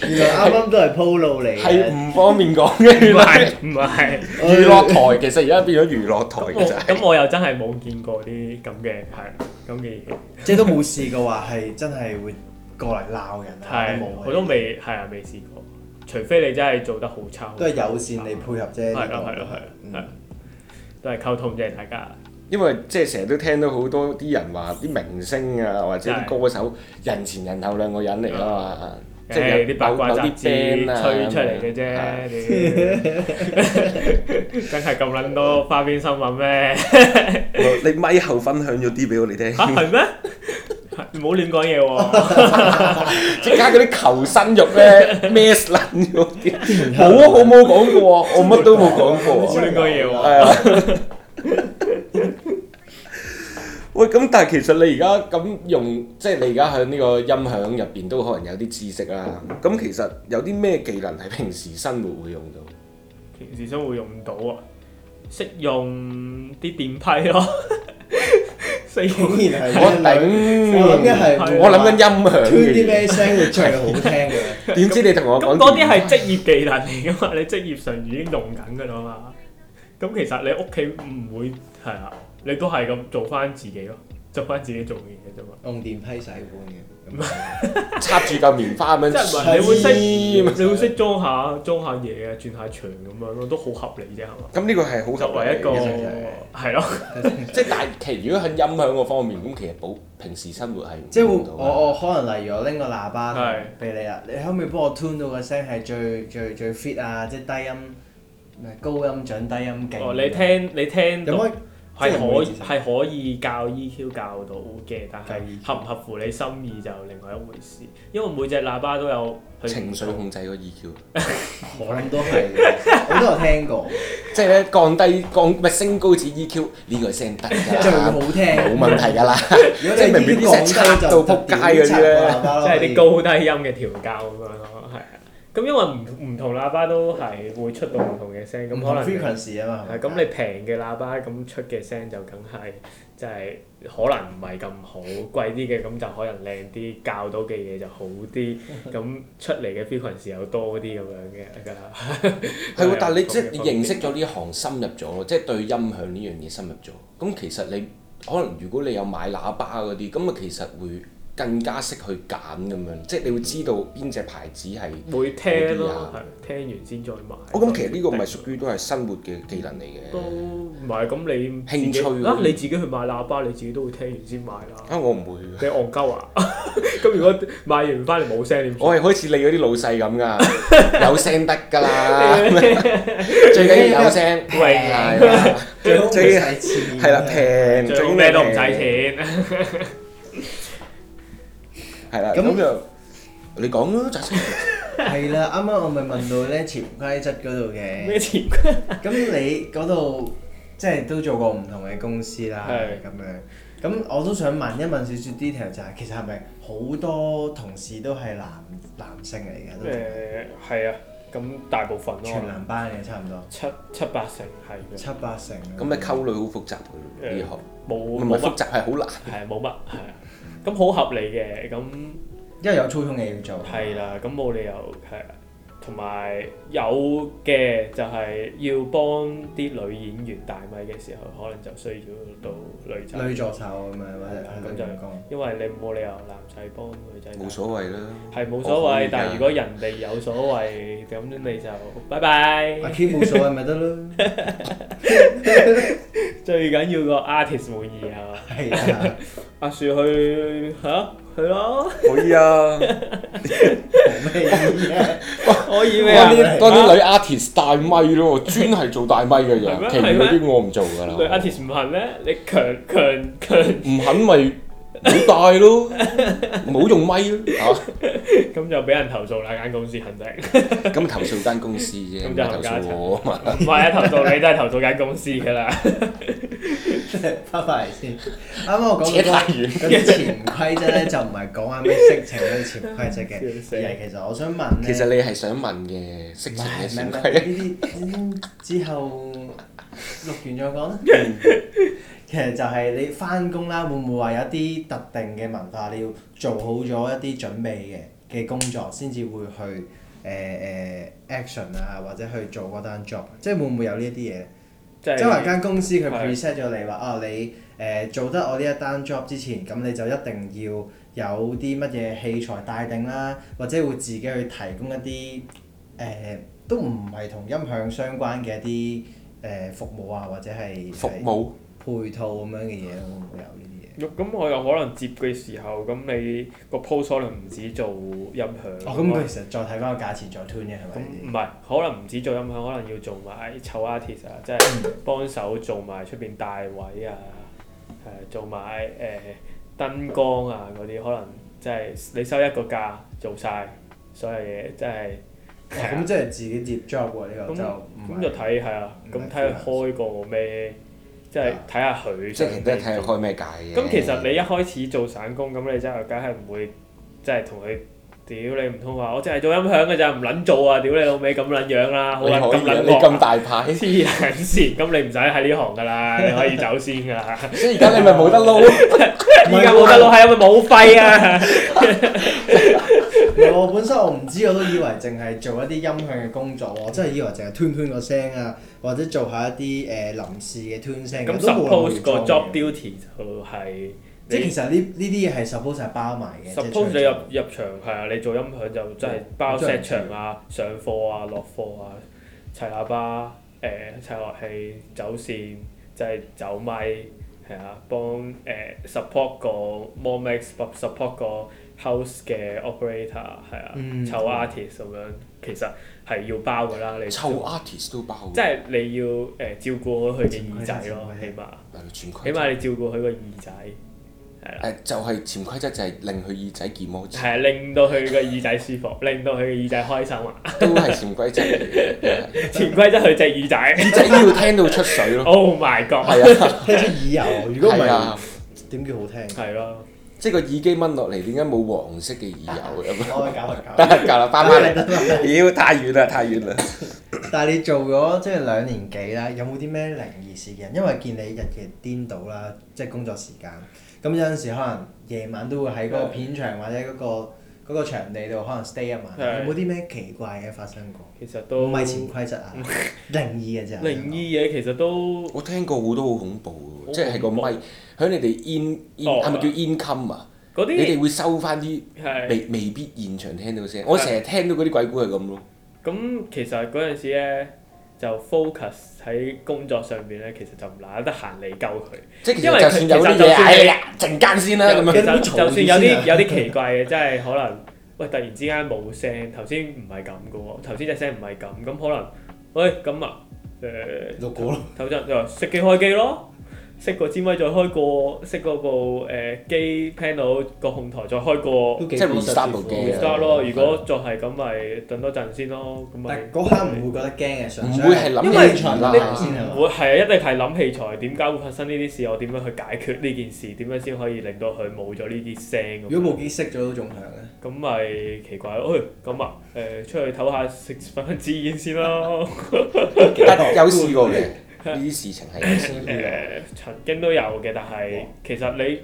[SPEAKER 3] 原來啱啱都係 pro 路嚟
[SPEAKER 2] 係
[SPEAKER 3] 嘅。
[SPEAKER 2] 唔方便講嘅，
[SPEAKER 4] 唔
[SPEAKER 2] 原來
[SPEAKER 4] 啊 係唔係，哦
[SPEAKER 2] 娛樂台其實而家變咗娛樂台
[SPEAKER 4] 咁
[SPEAKER 2] 嘅
[SPEAKER 4] 我
[SPEAKER 2] 就係，
[SPEAKER 4] 咁我又真係冇見過啲咁嘅係咁嘅嘢，
[SPEAKER 3] 即係都冇試過話係真係會過嚟鬧人啊，
[SPEAKER 4] 係
[SPEAKER 3] 冇啊
[SPEAKER 4] 我都未係啊未試過，除非你真係做得好差，
[SPEAKER 3] 都係友善地配合啫。呢
[SPEAKER 4] 係啦
[SPEAKER 3] 個
[SPEAKER 4] 係啦啊係
[SPEAKER 3] 嗯
[SPEAKER 4] 啦，都係溝通啫，大家
[SPEAKER 2] 因為即係成日都聽到好多啲人話啲明星啊或者啲歌手人前人後兩個人嚟啊嘛，即係有
[SPEAKER 4] 哦誒啲八卦
[SPEAKER 2] 有有
[SPEAKER 4] 雜
[SPEAKER 2] 啲
[SPEAKER 4] 誌
[SPEAKER 2] band 啊
[SPEAKER 4] 吹出嚟嘅啫，屌真係咁撚多花邊新聞咩？
[SPEAKER 2] 你咪後分享咗啲俾我哋聽，
[SPEAKER 4] 啊係咩？唔好亂講嘢喎！
[SPEAKER 2] 即刻嗰啲求生欲咧咩撚咗啲， 冇啊，我冇講過啊，我乜都冇講過啊。
[SPEAKER 4] 冇亂講嘢喎！
[SPEAKER 2] 係啊。 喂，咁但係其實你而家咁用，即係你而家喺呢個音響入邊都可能有啲知識啦。咁其實有啲咩技能係平時生活會用到？
[SPEAKER 4] 平時生活用唔到啊，識用啲電批咯， 識用
[SPEAKER 3] 嗯竟然係
[SPEAKER 2] 我
[SPEAKER 3] 頂，我諗嘅
[SPEAKER 2] 頂，
[SPEAKER 3] 係
[SPEAKER 2] 我諗緊音響
[SPEAKER 3] 推啲
[SPEAKER 2] 嘅
[SPEAKER 3] 咩聲會最好聽嘅？
[SPEAKER 2] 嘢，點知你同我講
[SPEAKER 4] 咁嗰啲係職業技能嚟噶嘛，你職業上已經用緊噶啦嘛。咁其實你屋企唔會係啊，你都係咁做翻自己咯，執翻自己做嘅嘢啫嘛。
[SPEAKER 3] 用電批洗碗嘅，
[SPEAKER 2] 插住嚿棉花咁
[SPEAKER 4] 即係
[SPEAKER 2] 樣，
[SPEAKER 4] 唔係你會識，
[SPEAKER 2] 黐
[SPEAKER 4] 你會識裝下裝下嘢啊，轉下場咁樣咯，都好合理啫，係嘛？
[SPEAKER 2] 咁呢個係好
[SPEAKER 4] 作
[SPEAKER 2] 合理
[SPEAKER 4] 為
[SPEAKER 2] 嘅
[SPEAKER 4] 一個
[SPEAKER 2] 其實
[SPEAKER 4] 係咯，
[SPEAKER 2] 即係但係其實如果喺音響嗰方面，咁其實保平時生活係唔
[SPEAKER 3] 即係會
[SPEAKER 2] 用到嘅
[SPEAKER 3] 我我可能例如我拎個喇叭
[SPEAKER 4] 啊係
[SPEAKER 3] 俾你啦，你可唔可以幫我 tune 到個聲係最最最 fit 啊？即係低音、咩高音準、低音勁。
[SPEAKER 4] 哦，你聽你聽
[SPEAKER 3] 有
[SPEAKER 4] 到
[SPEAKER 3] 冇
[SPEAKER 4] 係
[SPEAKER 3] 即係唔
[SPEAKER 4] 可
[SPEAKER 3] 會
[SPEAKER 4] 以
[SPEAKER 3] 自殺
[SPEAKER 4] 係可以教 EQ 教 E 到嘅，但
[SPEAKER 3] 教
[SPEAKER 4] 係
[SPEAKER 3] EQ
[SPEAKER 4] 合唔合乎你心意就另外一回事。因為每隻喇叭都有佢
[SPEAKER 2] 情緒控制個 E EQ。
[SPEAKER 3] 可能都係嘅，我都有聽 過，
[SPEAKER 2] 即係咧降低降唔係升高至 EQ 呢個聲得
[SPEAKER 3] 即係會
[SPEAKER 2] 㗎，
[SPEAKER 3] 好 聽。
[SPEAKER 2] E 冇問題 㗎啦。
[SPEAKER 3] 如果
[SPEAKER 2] 即係
[SPEAKER 3] 你
[SPEAKER 2] 明明啲聲
[SPEAKER 3] 插
[SPEAKER 2] 差到仆街嗰啲咧
[SPEAKER 4] 即係啲高低音嘅調教咁樣咯，係啊。咁因為唔唔同喇叭都係會出到唔同嘅聲，咁
[SPEAKER 3] 咁
[SPEAKER 4] 可
[SPEAKER 3] 可能
[SPEAKER 4] 能你
[SPEAKER 3] frequency 啊嘛。
[SPEAKER 4] 係咁你平嘅喇叭咁出嘅聲就梗係即係可能唔係咁好，貴啲嘅咁就可能靚啲，教到嘅嘢就好 啲，咁出嚟嘅 frequency 又多啲咁樣嘅㗎啦。
[SPEAKER 2] 係喎，但係你即係
[SPEAKER 4] 有咁嘅分別
[SPEAKER 2] 認識咗呢行深入咗，即係對音響呢樣嘢深入咗。咁其實你可能如果你有買喇叭嗰啲，咁啊其實會更加識去揀咁樣，即係你會知道邊隻牌子係。
[SPEAKER 4] 會聽
[SPEAKER 2] 嗰
[SPEAKER 4] 咯
[SPEAKER 2] 啲啊，
[SPEAKER 4] 係聽完先再買。
[SPEAKER 2] 哦，咁其實呢個咪屬於都係生活嘅技能嚟
[SPEAKER 4] 都
[SPEAKER 2] 嘅。
[SPEAKER 4] 唔係咁你自己
[SPEAKER 2] 興趣嗰啲
[SPEAKER 4] 啊，你自己去買喇叭，你自己都會聽完先買啦。
[SPEAKER 2] 啊，我唔會㗎。
[SPEAKER 4] 你戇鳩啊！咁如果買完翻嚟冇聲點算？
[SPEAKER 2] 我係好似你嗰啲老細咁 㗎，有聲得 㗎啦，最緊要有 聲，
[SPEAKER 4] 平
[SPEAKER 2] 係啊
[SPEAKER 3] 最好唔
[SPEAKER 2] 最
[SPEAKER 3] 使錢。
[SPEAKER 2] 係啦，平，
[SPEAKER 4] 最好咩都唔 使錢。
[SPEAKER 2] 係啦，
[SPEAKER 3] 咁
[SPEAKER 2] 咁就你講啦，就係
[SPEAKER 3] 係啦，啱啱我咪問到咧潛規則嗰度嘅。
[SPEAKER 4] 咩錢？
[SPEAKER 3] 咁你嗰度即係都做過唔同嘅公司啦，
[SPEAKER 4] 係
[SPEAKER 3] 咁樣。咁我都想問一問少少 detail 就係、其實係咪好多同事都係男男性嚟嘅？都
[SPEAKER 4] 誒係啊，咁大部分
[SPEAKER 3] 全
[SPEAKER 4] 咯，
[SPEAKER 3] 男班嘅差唔多，
[SPEAKER 4] 七七八成係嘅，
[SPEAKER 3] 七八成。
[SPEAKER 2] 咁你溝女好複雜嘅呢行，
[SPEAKER 4] 冇
[SPEAKER 2] 唔
[SPEAKER 4] 冇
[SPEAKER 2] 係
[SPEAKER 4] 乜
[SPEAKER 2] 複雜係好難。
[SPEAKER 4] 係冇乜係啊，咁好合理嘅，咁
[SPEAKER 3] 因為有粗重嘢要做。
[SPEAKER 4] 係啦，咁冇理由係啊，同埋有嘅就係要幫啲女演員大米嘅時候，可能就需要到女仔，
[SPEAKER 3] 女助手咁樣或者係
[SPEAKER 4] 咁
[SPEAKER 3] 女
[SPEAKER 4] 就
[SPEAKER 3] 員工。
[SPEAKER 4] 因為你冇理由男仔幫女仔打
[SPEAKER 2] 冇所謂啦，
[SPEAKER 4] 係冇所
[SPEAKER 2] 我可以
[SPEAKER 4] 謂
[SPEAKER 2] 㗎，
[SPEAKER 4] 但係如果人哋有所謂，咁你就拜拜。
[SPEAKER 3] 阿 K 啊冇所謂咪得咯，
[SPEAKER 4] 最緊要個 artist 滿意係嘛？
[SPEAKER 3] 係啊，
[SPEAKER 4] 阿樹去嚇去咯，
[SPEAKER 2] 可以啊。
[SPEAKER 3] 冇咩意義啊？
[SPEAKER 4] 可以咩啊？
[SPEAKER 2] 當啲當啲女 artist 大咪咯，專係做大咪嘅
[SPEAKER 4] 係咩
[SPEAKER 2] 人，其餘嗰啲我唔做㗎
[SPEAKER 4] 女
[SPEAKER 2] 啦。
[SPEAKER 4] artist 唔肯咧，你強強強
[SPEAKER 2] 唔肯咪冇帶咯，冇用咪咯嚇。
[SPEAKER 4] 咁就俾人投訴啦！間公司肯定唔
[SPEAKER 2] 咁投訴間公司啫，唔
[SPEAKER 4] 咁就
[SPEAKER 2] 係投訴我啊嘛。
[SPEAKER 4] 係啊，投訴你都係投訴間公司㗎啦。
[SPEAKER 3] 翻返嚟先，啱啱我講
[SPEAKER 2] 扯
[SPEAKER 3] 嗰
[SPEAKER 2] 太
[SPEAKER 3] 個
[SPEAKER 2] 遠
[SPEAKER 3] 嗰啲潛規則咧，就唔係講話咩色情嗰啲潛規則嘅，
[SPEAKER 4] 笑死
[SPEAKER 3] 而係其實我想問咧，
[SPEAKER 2] 其實你係想問嘅色
[SPEAKER 3] 唔
[SPEAKER 2] 情嘅
[SPEAKER 3] 係
[SPEAKER 2] 潛
[SPEAKER 3] 唔係唔
[SPEAKER 2] 規
[SPEAKER 3] 係呢啲之後錄完再 講啦。其實就係你翻工啦，會唔會話有一啲特定嘅文化，你要做好咗一啲準備嘅嘅工作，先至會去誒誒、action 啊，或者去做嗰單 job，即係會唔會有呢一啲嘢咧？
[SPEAKER 4] 即
[SPEAKER 3] 即係話
[SPEAKER 4] 係
[SPEAKER 3] 間公司佢
[SPEAKER 4] 係
[SPEAKER 3] preset 咗你話啊，你誒、做得我呢一單 job 之前，咁你就一定要有啲乜嘢器材帶定啦，或者會自己去提供一啲誒、都唔係同音響相關嘅一啲誒、服務啊，或者係
[SPEAKER 2] 服務
[SPEAKER 3] 配套咁樣嘅嘢咯，會唔會有呢啲嘢？
[SPEAKER 4] 咁我有可能接嘅時候，咁你個 post 可能唔止做音響。
[SPEAKER 3] 哦，咁佢其實再睇翻個價錢再 tune 嘅係咪？
[SPEAKER 4] 咁唔係，可能唔止做音響，可能要做埋湊 artist 啊，即係
[SPEAKER 2] 嗯
[SPEAKER 4] 幫手做埋出邊帶位啊，誒、做埋誒、燈光啊嗰啲，可能即係你收一個價做晒所有嘢，即係啊
[SPEAKER 3] 哦咁即係自己接 job 喎，呢個
[SPEAKER 4] 咁
[SPEAKER 3] 就
[SPEAKER 4] 咁就睇係啊，
[SPEAKER 3] 唔係
[SPEAKER 4] 咁睇佢開過咩，即係睇下佢
[SPEAKER 2] 啊即
[SPEAKER 4] 想
[SPEAKER 2] 係其實都係睇佢
[SPEAKER 4] 做
[SPEAKER 2] 開咩價嘅。
[SPEAKER 4] 咁其實你一開始做散工，咁你真係梗係唔會，即係同佢屌你唔通話，我淨係做音響嘅咋，唔撚做啊！屌你老味咁撚樣啦，好
[SPEAKER 2] 你
[SPEAKER 4] 撚
[SPEAKER 2] 可
[SPEAKER 4] 咁
[SPEAKER 2] 以啊
[SPEAKER 4] 撚
[SPEAKER 2] 你
[SPEAKER 4] 惡
[SPEAKER 2] 咁
[SPEAKER 4] 啊，
[SPEAKER 2] 大牌，
[SPEAKER 4] 黐撚線，咁你唔使喺呢行噶啦，你可以走先噶啦。
[SPEAKER 2] 所以而家你咪冇得撈咯。
[SPEAKER 4] 而家冇得攞係因為冇費啊。
[SPEAKER 3] 唔係我本身我唔知，我都以為淨係做一啲音響嘅工作喎，我真係以為淨係 tune tune 個聲啊，或者做下一啲誒、呃臨時嘅 tune 聲。
[SPEAKER 4] 咁
[SPEAKER 3] 都冇諗過
[SPEAKER 4] suppose 個
[SPEAKER 3] 要
[SPEAKER 4] job
[SPEAKER 3] 裝嘅
[SPEAKER 4] duty 就係
[SPEAKER 3] 即係其
[SPEAKER 4] 你。
[SPEAKER 3] 實呢呢啲嘢係 suppose 係包埋嘅。即係
[SPEAKER 4] suppose
[SPEAKER 3] 除
[SPEAKER 4] 你入入場係啊，你做音響就真係包
[SPEAKER 3] 我真係
[SPEAKER 4] set
[SPEAKER 3] 唔知
[SPEAKER 4] 場啊、上課啊、落課啊、砌喇叭、誒、砌樂器、走線，即係走咪，係啊，幫誒、support 個 m o m i x support 個 house 嘅 operator 係啊，
[SPEAKER 3] 嗯
[SPEAKER 4] 湊 artist 咁樣，其實係要包㗎啦，你
[SPEAKER 2] 臭
[SPEAKER 3] 啊
[SPEAKER 2] artist 都包，
[SPEAKER 4] 即係你要誒、照顧好佢嘅耳仔咯，
[SPEAKER 3] 潛規則
[SPEAKER 4] 起碼
[SPEAKER 2] 係潛規
[SPEAKER 4] 起
[SPEAKER 2] 則。
[SPEAKER 4] 碼你照顧佢個耳仔，係啦。
[SPEAKER 2] 誒就係潛規則就係令佢耳仔健摩
[SPEAKER 4] 係啊令到佢個耳仔舒服，令到佢個耳仔開心啊！
[SPEAKER 2] 都係潛規則嚟嘅，
[SPEAKER 4] 潛規則佢隻耳仔
[SPEAKER 2] 耳仔要聽到出水咯。
[SPEAKER 4] ，Oh my god！
[SPEAKER 2] 係啊，
[SPEAKER 3] 聽出耳油，如果唔
[SPEAKER 2] 係
[SPEAKER 3] 係
[SPEAKER 2] 啊，
[SPEAKER 3] 點叫好聽？
[SPEAKER 4] 係咯，
[SPEAKER 2] 即係個耳機掹落嚟，點解冇黃色嘅耳油 咁啊？
[SPEAKER 3] 我係搞係
[SPEAKER 2] 得
[SPEAKER 3] 搞。
[SPEAKER 2] 啦，夠啦，翻返嚟。
[SPEAKER 3] 得啦得啦
[SPEAKER 2] 妖，太遠啦，太遠啦。
[SPEAKER 3] 但係你做咗即係兩年幾啦，有冇啲咩靈異事件？因為見你日夜顛倒啦，即係工作時間。咁有陣時可能夜晚都會喺嗰個片場或者嗰、個嗰個場地度可能 stay 一晚。
[SPEAKER 4] 係
[SPEAKER 3] 有冇啲咩奇怪嘅發生過？
[SPEAKER 4] 其實都
[SPEAKER 3] 唔係潛規則啊，靈異嘅啫。
[SPEAKER 4] 嗯靈異嘢，其實都
[SPEAKER 2] 我聽過好多好恐怖
[SPEAKER 4] 好
[SPEAKER 2] 喎，即係個
[SPEAKER 4] 恐怖
[SPEAKER 2] 咪喺你哋 in in
[SPEAKER 4] 哦
[SPEAKER 2] 係咪叫 income 啊？
[SPEAKER 4] 嗰
[SPEAKER 2] 你哋
[SPEAKER 4] 啲
[SPEAKER 2] 會收翻啲
[SPEAKER 4] 係
[SPEAKER 2] 未未必現場聽到聲。我成日聽到嗰啲鬼故係咁咯。
[SPEAKER 4] 咁。其實嗰陣時咧，就 focus 喺工作上邊咧，其實就唔懶得閒理鳩佢。
[SPEAKER 2] 即係其
[SPEAKER 4] 因為
[SPEAKER 2] 實
[SPEAKER 4] 佢
[SPEAKER 2] 就算有啲
[SPEAKER 4] 其實就
[SPEAKER 2] 嘢，
[SPEAKER 4] 算
[SPEAKER 2] 哎呀，陣間先啊啦咁
[SPEAKER 4] 就
[SPEAKER 2] 樣。
[SPEAKER 4] 其
[SPEAKER 3] 有
[SPEAKER 4] 實
[SPEAKER 3] 啲嘈
[SPEAKER 4] 就算有
[SPEAKER 3] 先啊
[SPEAKER 4] 啲有啲奇怪嘅，真係可能喂突然之間冇聲，頭先唔係咁嘅喎，頭先隻聲唔係咁，咁可能喂咁啊誒。
[SPEAKER 3] 六個咯，
[SPEAKER 4] 頭陣就話熄機開機咯，熄個支咪再開過，熄嗰部誒機 panel 個控台再開過
[SPEAKER 3] 都幾
[SPEAKER 2] 哦即係
[SPEAKER 3] 多
[SPEAKER 2] restart 部
[SPEAKER 3] 十
[SPEAKER 2] 機
[SPEAKER 3] 幾
[SPEAKER 2] 啊
[SPEAKER 3] 個
[SPEAKER 4] restart 咯。如果再係咁，咪等多陣先咯。咁咪
[SPEAKER 3] 但嗰刻唔會覺得驚嘅，純粹
[SPEAKER 2] 唔會係諗
[SPEAKER 3] 因
[SPEAKER 2] 起
[SPEAKER 3] 為
[SPEAKER 2] 器材
[SPEAKER 3] 你
[SPEAKER 2] 啦
[SPEAKER 3] 先係嘛
[SPEAKER 4] 會係啊，一定係諗器材點解會發生呢啲事，我點樣去解決呢件事，點樣先可以令到佢冇咗呢啲聲
[SPEAKER 3] 如
[SPEAKER 4] 咁。
[SPEAKER 3] 果部機熄咗都仲響嘅。
[SPEAKER 4] 咁咪奇怪咯，喂咁啊誒、出去唞下食翻支煙先咯。
[SPEAKER 2] 但有試 過嘅呢啲事情係
[SPEAKER 4] 啊
[SPEAKER 2] 有試過
[SPEAKER 4] 誒、曾經都有嘅，但係其實你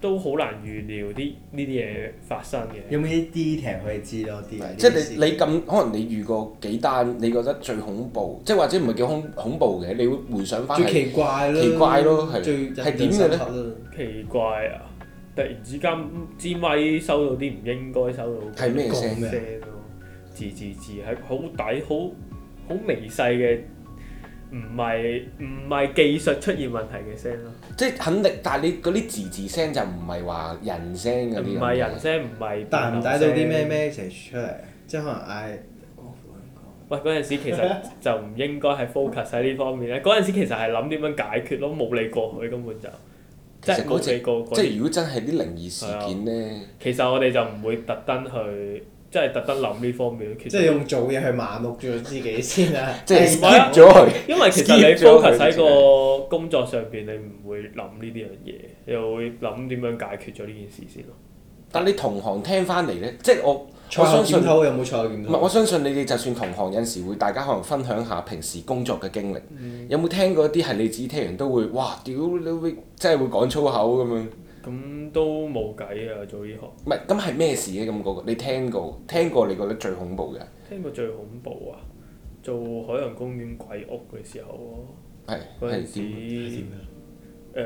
[SPEAKER 4] 都好難預料啲呢啲嘢發生嘅。
[SPEAKER 3] 有冇啲 detail 可以知多啲啊？
[SPEAKER 2] 即係你你咁可能你遇過幾單，你覺得最恐怖，即係或者唔係叫恐恐怖嘅，你會回想翻
[SPEAKER 3] 最
[SPEAKER 2] 係
[SPEAKER 3] 奇怪咯，
[SPEAKER 2] 奇怪咯係
[SPEAKER 3] 最
[SPEAKER 2] 係點嘅咧
[SPEAKER 3] 呢？
[SPEAKER 4] 奇怪啊！突然之間支咪收到啲唔應該收到
[SPEAKER 2] 係咩聲？啊
[SPEAKER 4] 嘅聲咯，字字字係好底好好微細嘅，唔係唔係技術出現問題嘅聲咯，
[SPEAKER 2] 即係肯定，但係你嗰啲字字聲就唔係話人聲嗰啲咁嘅，
[SPEAKER 4] 唔係人聲，唔係
[SPEAKER 3] 帶唔帶
[SPEAKER 4] 帶
[SPEAKER 3] 到啲咩？message 出嚟？即係可能嗌。
[SPEAKER 4] 哦喂，嗰陣時 其實就唔應該係 focus 喺呢方面咧。嗰陣時其實係諗點樣解決咯，冇理過佢根本就，
[SPEAKER 2] 其
[SPEAKER 4] 即
[SPEAKER 2] 實
[SPEAKER 4] 係
[SPEAKER 2] 嗰
[SPEAKER 4] 冇理
[SPEAKER 2] 隻
[SPEAKER 4] 過嗰
[SPEAKER 2] 即
[SPEAKER 4] 啲
[SPEAKER 2] 係如果真係啲靈異事件咧，
[SPEAKER 4] 其實我哋就唔會特登去，即係特登諗呢方面。其
[SPEAKER 3] 即係
[SPEAKER 4] 實
[SPEAKER 3] 用做嘢去麻木咗自己先啊！
[SPEAKER 2] 即係
[SPEAKER 4] 唔係啊
[SPEAKER 2] skip 咗佢。
[SPEAKER 4] 因為其實你
[SPEAKER 2] skip 咗佢
[SPEAKER 4] focus 喺個工作上邊，你唔會諗呢啲樣嘢，又會諗點樣解決咗呢件事先咯。
[SPEAKER 2] 但你同行聽翻嚟咧，即係我
[SPEAKER 3] 賽
[SPEAKER 2] 我
[SPEAKER 3] 後
[SPEAKER 2] 相信
[SPEAKER 3] 檢討有冇賽後檢
[SPEAKER 4] 嗯
[SPEAKER 2] 唔係，我
[SPEAKER 3] 討？
[SPEAKER 2] 相信你哋就算同行有陣時會，大家可能分享下平時工作嘅經歷。
[SPEAKER 4] 嗯
[SPEAKER 2] 有冇聽過一啲係你自己聽完都會，哇！屌你會真係會講粗口咁樣。
[SPEAKER 4] 咁都冇計啊！做呢行
[SPEAKER 2] 唔係，咁係咩事咧？咁嗰個你聽過，聽過你覺得最恐怖嘅
[SPEAKER 4] 聽過最恐怖啊！做海洋公園鬼屋嘅時候
[SPEAKER 2] 係
[SPEAKER 4] 喎，嗰
[SPEAKER 2] 係
[SPEAKER 4] 陣
[SPEAKER 2] 點？
[SPEAKER 4] 時誒，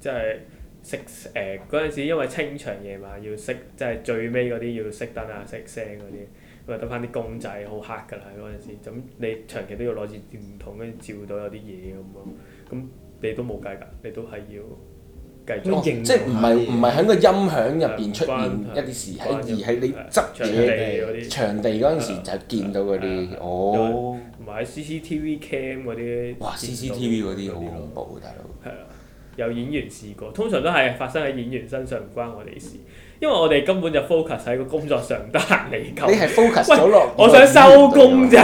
[SPEAKER 4] 即係熄誒嗰陣時，因為清場夜晚要熄，即係最尾嗰啲要熄燈啊、熄聲嗰啲，咁啊得翻啲公仔好黑㗎啦嗰陣時。咁你長期都要攞住電筒跟住照到有啲嘢咁咯。咁你都冇計㗎，你都係要繼
[SPEAKER 3] 咩
[SPEAKER 4] 續
[SPEAKER 2] 哦。
[SPEAKER 3] 形容
[SPEAKER 2] 即係唔係
[SPEAKER 3] 下
[SPEAKER 2] 唔係喺個音響入邊出
[SPEAKER 4] 關
[SPEAKER 2] 現一啲事，喺
[SPEAKER 4] 關
[SPEAKER 2] 而係你
[SPEAKER 4] 係
[SPEAKER 2] 執
[SPEAKER 4] 場地
[SPEAKER 2] 嘢
[SPEAKER 4] 嗰啲，
[SPEAKER 2] 場地嗰陣時就見到嗰
[SPEAKER 4] 係
[SPEAKER 2] 啲
[SPEAKER 4] 啊
[SPEAKER 2] 哦，
[SPEAKER 4] 同埋喺 CCTV cam 嗰啲。
[SPEAKER 2] 哇 CCTV 嗰啲好恐怖，大佬。
[SPEAKER 4] 係啊，有演員試過，通常都係發生喺演員身上，唔關我哋事，因為我哋根本就 focus 喺個工作上，唔得閒理
[SPEAKER 2] 你
[SPEAKER 4] 鳩。
[SPEAKER 2] 係 focus 咗落，
[SPEAKER 4] 我想收工，咋，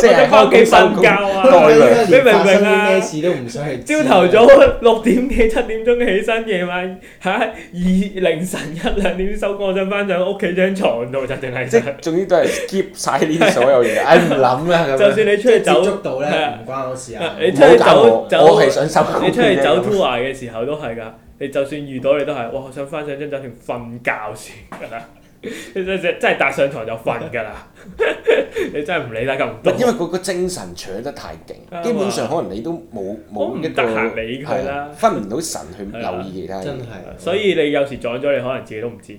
[SPEAKER 2] 即係
[SPEAKER 4] 我想翻屋企
[SPEAKER 2] 收
[SPEAKER 4] 瞓
[SPEAKER 2] 工
[SPEAKER 4] 覺。啊！
[SPEAKER 2] 代量
[SPEAKER 3] 你明
[SPEAKER 4] 你明唔明啊
[SPEAKER 3] 唔明啊？咩事都唔想去知
[SPEAKER 4] 朝
[SPEAKER 3] 啊。
[SPEAKER 4] 頭早六點幾七點鐘起身，夜晚嚇二凌晨一兩點收工，我想翻上屋企張床度就淨係
[SPEAKER 2] 即
[SPEAKER 4] 想。
[SPEAKER 2] 係總之都係 skip 晒呢啲所有 嘢，唉唔諗啦咁
[SPEAKER 4] 就
[SPEAKER 2] 樣。
[SPEAKER 4] 算你出
[SPEAKER 3] 即係
[SPEAKER 4] 去
[SPEAKER 3] 接
[SPEAKER 4] 走，
[SPEAKER 3] 觸到咧，
[SPEAKER 4] 係啊
[SPEAKER 3] 唔關我事啊。
[SPEAKER 4] 你
[SPEAKER 2] 唔
[SPEAKER 4] 出
[SPEAKER 2] 好
[SPEAKER 4] 去
[SPEAKER 2] 搞我
[SPEAKER 4] 走走
[SPEAKER 2] 我係想收工
[SPEAKER 4] 你出去
[SPEAKER 2] 啫
[SPEAKER 4] 走
[SPEAKER 2] 咁啊
[SPEAKER 4] tour 啊嘅時候都係㗎，你就算遇到你都係，哇！我想翻上張酒店瞓覺先㗎啦， 你真真真係搭上床就瞓㗎啦， 你真係唔理得咁多
[SPEAKER 2] 唔。因為嗰個精神搶得太勁，
[SPEAKER 4] 啊
[SPEAKER 2] 基本上可能你都冇
[SPEAKER 4] 我唔
[SPEAKER 2] 冇一個
[SPEAKER 4] 得閒理佢啦
[SPEAKER 2] 係啊分唔到神去留意其他嘢，
[SPEAKER 3] 真係。
[SPEAKER 4] 所以你有時撞咗，你可能自己都唔知。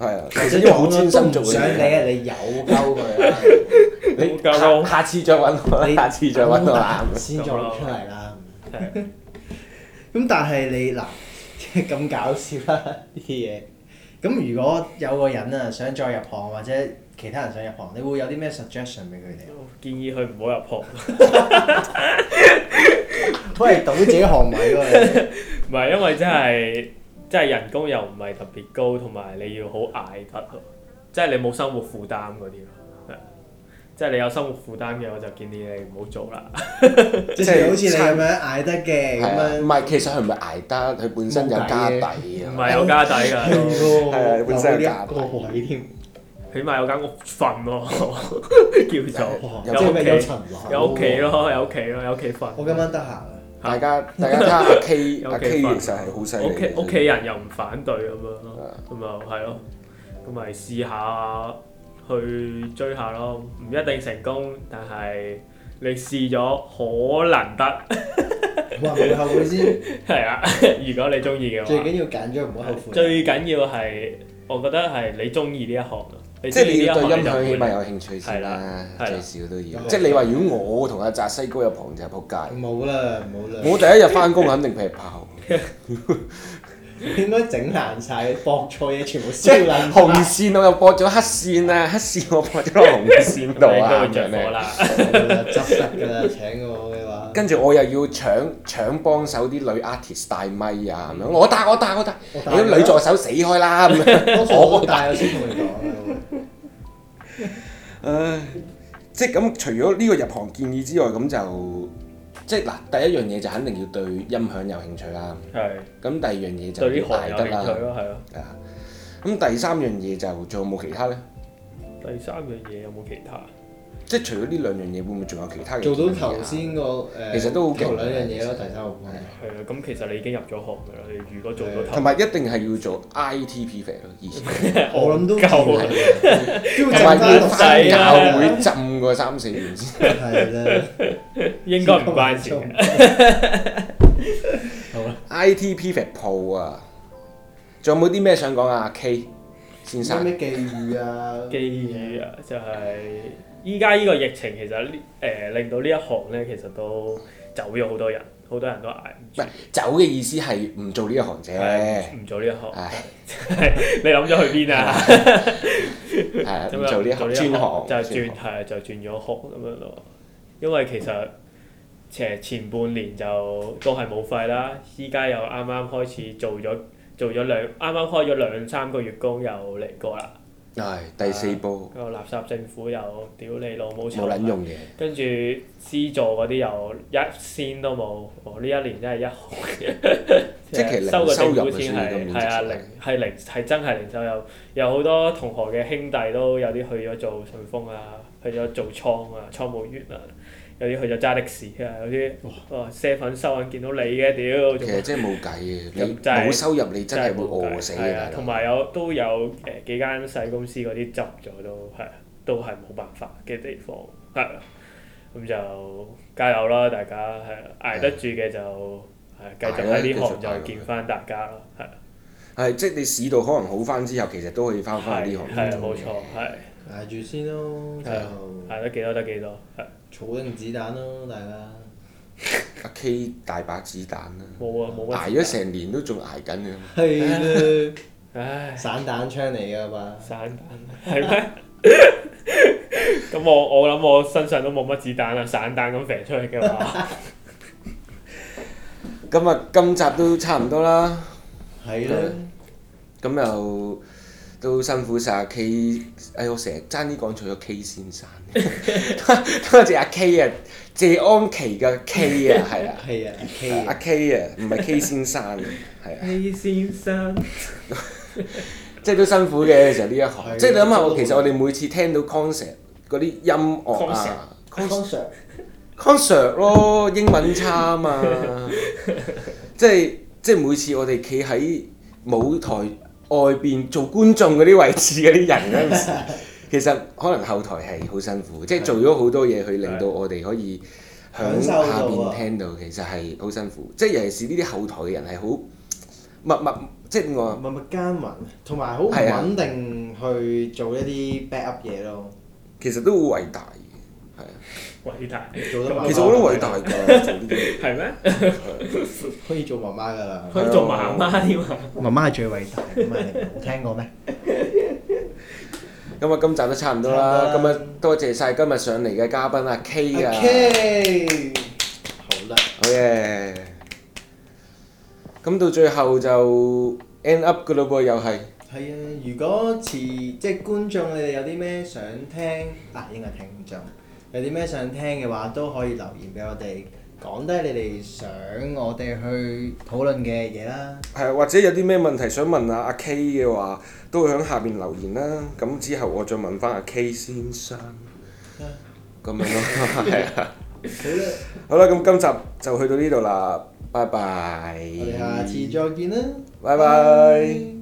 [SPEAKER 2] 係啊，其實因為好專心做
[SPEAKER 3] 都唔想
[SPEAKER 2] 嘅
[SPEAKER 3] 理
[SPEAKER 2] 嘢，
[SPEAKER 3] 啊！你 有溝佢啊，
[SPEAKER 2] 你
[SPEAKER 4] 好夠
[SPEAKER 2] 下下次再揾我，
[SPEAKER 3] 你
[SPEAKER 2] 下次再揾我啦。
[SPEAKER 3] 咁先再出嚟啦。咁但係你嗱，即係咁搞笑啦呢啲嘢。咁如果有個人啊想再入行，或者其他人想入行，你會有啲咩 suggestion 俾佢哋啊？
[SPEAKER 4] 建議佢唔好入行，
[SPEAKER 3] 都係賭自己行位喎。
[SPEAKER 4] 唔係因為真係真係人工又唔係特別高，同埋你要好捱得咯，即係你冇生活負擔嗰啲咯。係即係你有生活負擔嘅，我就建議你唔好做啦。
[SPEAKER 3] 即係好似你咁樣捱得
[SPEAKER 2] 係
[SPEAKER 3] 嘅咁
[SPEAKER 2] 啊，
[SPEAKER 3] 樣
[SPEAKER 2] 唔。係其實佢唔係捱得，佢本身有家底
[SPEAKER 4] 唔
[SPEAKER 2] 啊。
[SPEAKER 4] 係有家底 㗎都。
[SPEAKER 3] 係
[SPEAKER 2] 係啊本身有
[SPEAKER 3] 有
[SPEAKER 2] 價
[SPEAKER 3] 呢一個位添，
[SPEAKER 4] 起碼有間屋瞓咯， 叫
[SPEAKER 3] 哇
[SPEAKER 4] 做
[SPEAKER 3] 即
[SPEAKER 2] 有
[SPEAKER 3] 係
[SPEAKER 4] 有
[SPEAKER 3] 咩有
[SPEAKER 4] 屋企，
[SPEAKER 3] 層樓？
[SPEAKER 4] 有屋企。咯，有屋企咯，有屋企瞓。
[SPEAKER 3] 我今晚得閒啊，
[SPEAKER 2] 大家大家睇下阿 K
[SPEAKER 4] 有
[SPEAKER 2] 阿
[SPEAKER 4] 幾
[SPEAKER 2] K
[SPEAKER 4] 份
[SPEAKER 2] 其實係好犀
[SPEAKER 4] 屋企
[SPEAKER 2] 利。
[SPEAKER 4] 屋企人又唔反對咁樣
[SPEAKER 2] 啊
[SPEAKER 4] 咯，咁又係咯，咁咪試下去追下咯，唔一定成功，但係你試咗可能得，
[SPEAKER 3] 話唔會後悔先，
[SPEAKER 4] 係啊， 如果你中意嘅
[SPEAKER 3] 最
[SPEAKER 4] 話，
[SPEAKER 3] 緊要揀咗唔好後悔。
[SPEAKER 4] 最緊要係我覺得係你中意呢一行咯，你
[SPEAKER 2] 即
[SPEAKER 4] 中
[SPEAKER 2] 係
[SPEAKER 4] 意
[SPEAKER 2] 你
[SPEAKER 4] 呢一
[SPEAKER 2] 要對
[SPEAKER 4] 行
[SPEAKER 2] 音
[SPEAKER 4] 你就
[SPEAKER 2] 響起
[SPEAKER 4] 會
[SPEAKER 2] 碼有興趣先
[SPEAKER 4] 係
[SPEAKER 2] 啦
[SPEAKER 4] 啦，係
[SPEAKER 2] 最
[SPEAKER 4] 啦
[SPEAKER 2] 少都要。
[SPEAKER 3] 咁
[SPEAKER 2] 即係你話如果我同阿澤西哥入行就係仆街，
[SPEAKER 3] 冇啦，冇啦，
[SPEAKER 2] 我第一日翻工肯定劈炮，
[SPEAKER 3] 應該整爛晒，放錯嘢全 部
[SPEAKER 2] 即
[SPEAKER 3] 燒
[SPEAKER 2] 係
[SPEAKER 3] 爛。
[SPEAKER 2] 紅線我又播咗黑線啊，黑線我播咗落紅線度
[SPEAKER 4] 你都
[SPEAKER 2] 啊
[SPEAKER 4] 會
[SPEAKER 2] 咁
[SPEAKER 4] 着
[SPEAKER 2] 樣
[SPEAKER 4] 火
[SPEAKER 2] 咧。
[SPEAKER 4] 啦，
[SPEAKER 3] 冇啦，執得㗎啦，請我嘅話。
[SPEAKER 2] 跟住我又要搶搶幫手啲女 artist 帶咪啊
[SPEAKER 4] 嗯
[SPEAKER 2] 咁樣，我帶我帶我帶，
[SPEAKER 3] 我
[SPEAKER 2] 你
[SPEAKER 3] 帶
[SPEAKER 2] 啲女助手死開啦咁 樣，
[SPEAKER 3] 多數我大我先同你講啊
[SPEAKER 2] 唉，即係咁除咗呢個入行建議之外，咁就即係嗱第一樣嘢就肯定要對音響有興趣啦，
[SPEAKER 4] 係
[SPEAKER 2] 咁第二樣嘢就
[SPEAKER 4] 對呢
[SPEAKER 2] 要
[SPEAKER 4] 行
[SPEAKER 2] 捱
[SPEAKER 4] 有
[SPEAKER 2] 得
[SPEAKER 4] 興
[SPEAKER 2] 啦
[SPEAKER 4] 趣。咯，係咯。
[SPEAKER 2] 啊，咁第三樣嘢就仲有冇其他呢？
[SPEAKER 4] 第三樣嘢有冇其他？
[SPEAKER 2] 即係除咗呢兩樣嘢，會唔會仲有其他嘅？
[SPEAKER 3] 啊
[SPEAKER 2] 啊
[SPEAKER 3] 做到頭，先個誒，
[SPEAKER 2] 其實都好勁
[SPEAKER 3] 頭兩樣嘢咯，第三個唔係
[SPEAKER 4] 係啊，咁其實你已經入咗行㗎啦。你如果做到
[SPEAKER 2] 同
[SPEAKER 4] 頭，
[SPEAKER 2] 埋一定係要做 ITP 肥咯， 以前
[SPEAKER 3] 我諗都啊
[SPEAKER 4] 夠啦
[SPEAKER 2] 同
[SPEAKER 3] 都要
[SPEAKER 2] 埋要
[SPEAKER 3] 整
[SPEAKER 2] 翻
[SPEAKER 3] 翻
[SPEAKER 4] 使
[SPEAKER 2] 教
[SPEAKER 4] 啦
[SPEAKER 2] 會浸個三四年先。
[SPEAKER 3] 係啦，
[SPEAKER 4] 應該唔關事嘅。
[SPEAKER 3] 好啦，
[SPEAKER 2] ITP 肥鋪啊，仲有冇啲咩想講啊？K 先
[SPEAKER 3] 有
[SPEAKER 2] 生，
[SPEAKER 3] 咩寄語啊？
[SPEAKER 4] 機遇啊，就係依家呢個疫情，其實呢誒、令到呢一行咧，其實都走咗好多人，好多人都捱唔
[SPEAKER 2] 唔
[SPEAKER 4] 住
[SPEAKER 2] 係，走嘅意思係唔做呢一行啫。
[SPEAKER 4] 係唔做呢一行。
[SPEAKER 2] 唉，
[SPEAKER 4] 你諗咗去邊啊？
[SPEAKER 2] 係啊
[SPEAKER 4] 咁
[SPEAKER 2] 唔
[SPEAKER 4] 樣
[SPEAKER 2] 做呢一行轉行，
[SPEAKER 4] 就係
[SPEAKER 2] 轉
[SPEAKER 4] 轉係啊就轉咗行咁樣咯。因為其實前前半年就都係冇費啦，依家又啱啱開始做咗做咗兩啱啱開咗兩三個月工又嚟過啦。
[SPEAKER 2] 行。唉，第四波
[SPEAKER 4] 個垃圾政府又屌你老母臭
[SPEAKER 2] 冇撚用嘅，
[SPEAKER 4] 跟住資助嗰啲又一仙都冇，哦我呢一年真係一毫，
[SPEAKER 2] 即 係其實
[SPEAKER 4] 收
[SPEAKER 2] 零
[SPEAKER 4] 個
[SPEAKER 2] 收
[SPEAKER 4] 政
[SPEAKER 2] 入
[SPEAKER 4] 府
[SPEAKER 2] 啊
[SPEAKER 4] 先
[SPEAKER 2] 所以
[SPEAKER 4] 係
[SPEAKER 2] 今年
[SPEAKER 4] 係啊
[SPEAKER 2] 直情係
[SPEAKER 4] 零係零係真係零收入，有好多同學嘅兄弟都有啲去咗做順豐啊，去咗做倉啊，倉務員啊，有啲去咗揸的士啊，有啲哇啡粉收銀見到你嘅屌，
[SPEAKER 2] 其
[SPEAKER 4] 仲
[SPEAKER 2] 實真係冇計嘅，你
[SPEAKER 4] 咁真係
[SPEAKER 2] 冇收入你真係會
[SPEAKER 4] 冇計
[SPEAKER 2] 餓死
[SPEAKER 4] 係
[SPEAKER 2] 嘅，
[SPEAKER 4] 啊
[SPEAKER 2] 大佬
[SPEAKER 4] 同。埋有都有誒幾間細公司嗰啲執咗都係，都係冇辦法嘅地方係啊。咁就加油啦，大家係啊捱得住嘅就係繼續喺呢行
[SPEAKER 2] 係啊繼
[SPEAKER 4] 就
[SPEAKER 2] 續
[SPEAKER 4] 見翻大家咯，係啊
[SPEAKER 2] 係，即係你市道可能好翻之後，其實都可以翻翻去
[SPEAKER 4] 係
[SPEAKER 2] 呢行。
[SPEAKER 4] 係啊冇錯，係
[SPEAKER 3] 捱住先咯，
[SPEAKER 4] 係啊
[SPEAKER 3] 就
[SPEAKER 4] 捱得幾多得幾多係。
[SPEAKER 3] 儲定子彈咯，大家。
[SPEAKER 2] 阿 K 大把子彈啦，
[SPEAKER 4] 冇啊冇乜
[SPEAKER 2] 捱咗成年都仲捱緊嘅。
[SPEAKER 3] 係啦，
[SPEAKER 4] 唉
[SPEAKER 3] 散彈槍嚟㗎嘛。
[SPEAKER 4] 散彈係咩？ 咁我我諗我身上都冇乜子彈啦，散彈咁射出去嘅 話，
[SPEAKER 2] 咁啊，今集都差唔多啦，
[SPEAKER 3] 係啦，
[SPEAKER 2] 咁又都辛苦晒阿 K，哎我成日爭啲講錯咗 K 先 生，多謝阿 K 啊，謝安琪嘅 K 啊，係啊，
[SPEAKER 3] 係啊，K
[SPEAKER 2] 阿 K 啊，唔係 K 先生啊，係啊。
[SPEAKER 4] 李先生
[SPEAKER 2] 即係都辛苦嘅，其實呢一行。
[SPEAKER 3] 係
[SPEAKER 2] 即係你諗下，我其實
[SPEAKER 3] 真係
[SPEAKER 2] 我哋每次聽到 concert 嗰啲音樂啊
[SPEAKER 3] concert
[SPEAKER 2] ，concert 咯，英文差啊嘛， 即係即係每次我哋企喺舞台外邊做觀眾嗰啲位置嗰啲人嗰 陣時，其實可能後台係好辛苦，即係做咗好多嘢去令到我哋可以響
[SPEAKER 3] 享受
[SPEAKER 2] 下
[SPEAKER 3] 到
[SPEAKER 2] 邊
[SPEAKER 3] 啊
[SPEAKER 2] 聽到，其實係好辛苦。即係尤其是呢啲後台嘅人係好默默，即係點講啊？
[SPEAKER 3] 默默耕耘，同埋好唔
[SPEAKER 2] 係啊
[SPEAKER 3] 穩定去做一啲 back up 嘢咯，
[SPEAKER 2] 其實都好偉大嘅，係啊。
[SPEAKER 4] 偉大，
[SPEAKER 3] 做得麻麻
[SPEAKER 2] 其實我都偉大 㗎，做呢啲嘢
[SPEAKER 4] 係咩？
[SPEAKER 3] 可以做媽媽㗎啦。
[SPEAKER 4] 佢做媽媽添啊！
[SPEAKER 3] 媽媽係最偉大，咁咪冇聽 過咩？
[SPEAKER 2] 咁啊，今集都差唔多啦。
[SPEAKER 3] 差唔
[SPEAKER 2] 咁
[SPEAKER 3] 多啦
[SPEAKER 2] 啊，多謝晒今日上嚟嘅嘉賓啊 K
[SPEAKER 3] À,
[SPEAKER 2] à. Oh 啊，
[SPEAKER 3] OK，好啦，
[SPEAKER 2] 好嘅。咁到最後就 end up 㗎咯噃，又係
[SPEAKER 3] 係啊！如果持即係觀眾，你哋有啲咩想聽啊？應該係聽眾有啲咩想聽嘅話，都可以留言俾我哋，講低你哋想我哋去討論嘅嘢啦。
[SPEAKER 2] 係啊或者有啲咩問題想問啊阿 K à. 嘅話，都會喺下邊留言啦。咁之後我再問翻阿 vâng, K 先生，咁樣咯，係啊。
[SPEAKER 3] 好啦，
[SPEAKER 2] 好啦，咁今集就去到呢度啦，拜拜，
[SPEAKER 3] 我哋下次再見啦，
[SPEAKER 2] 拜拜。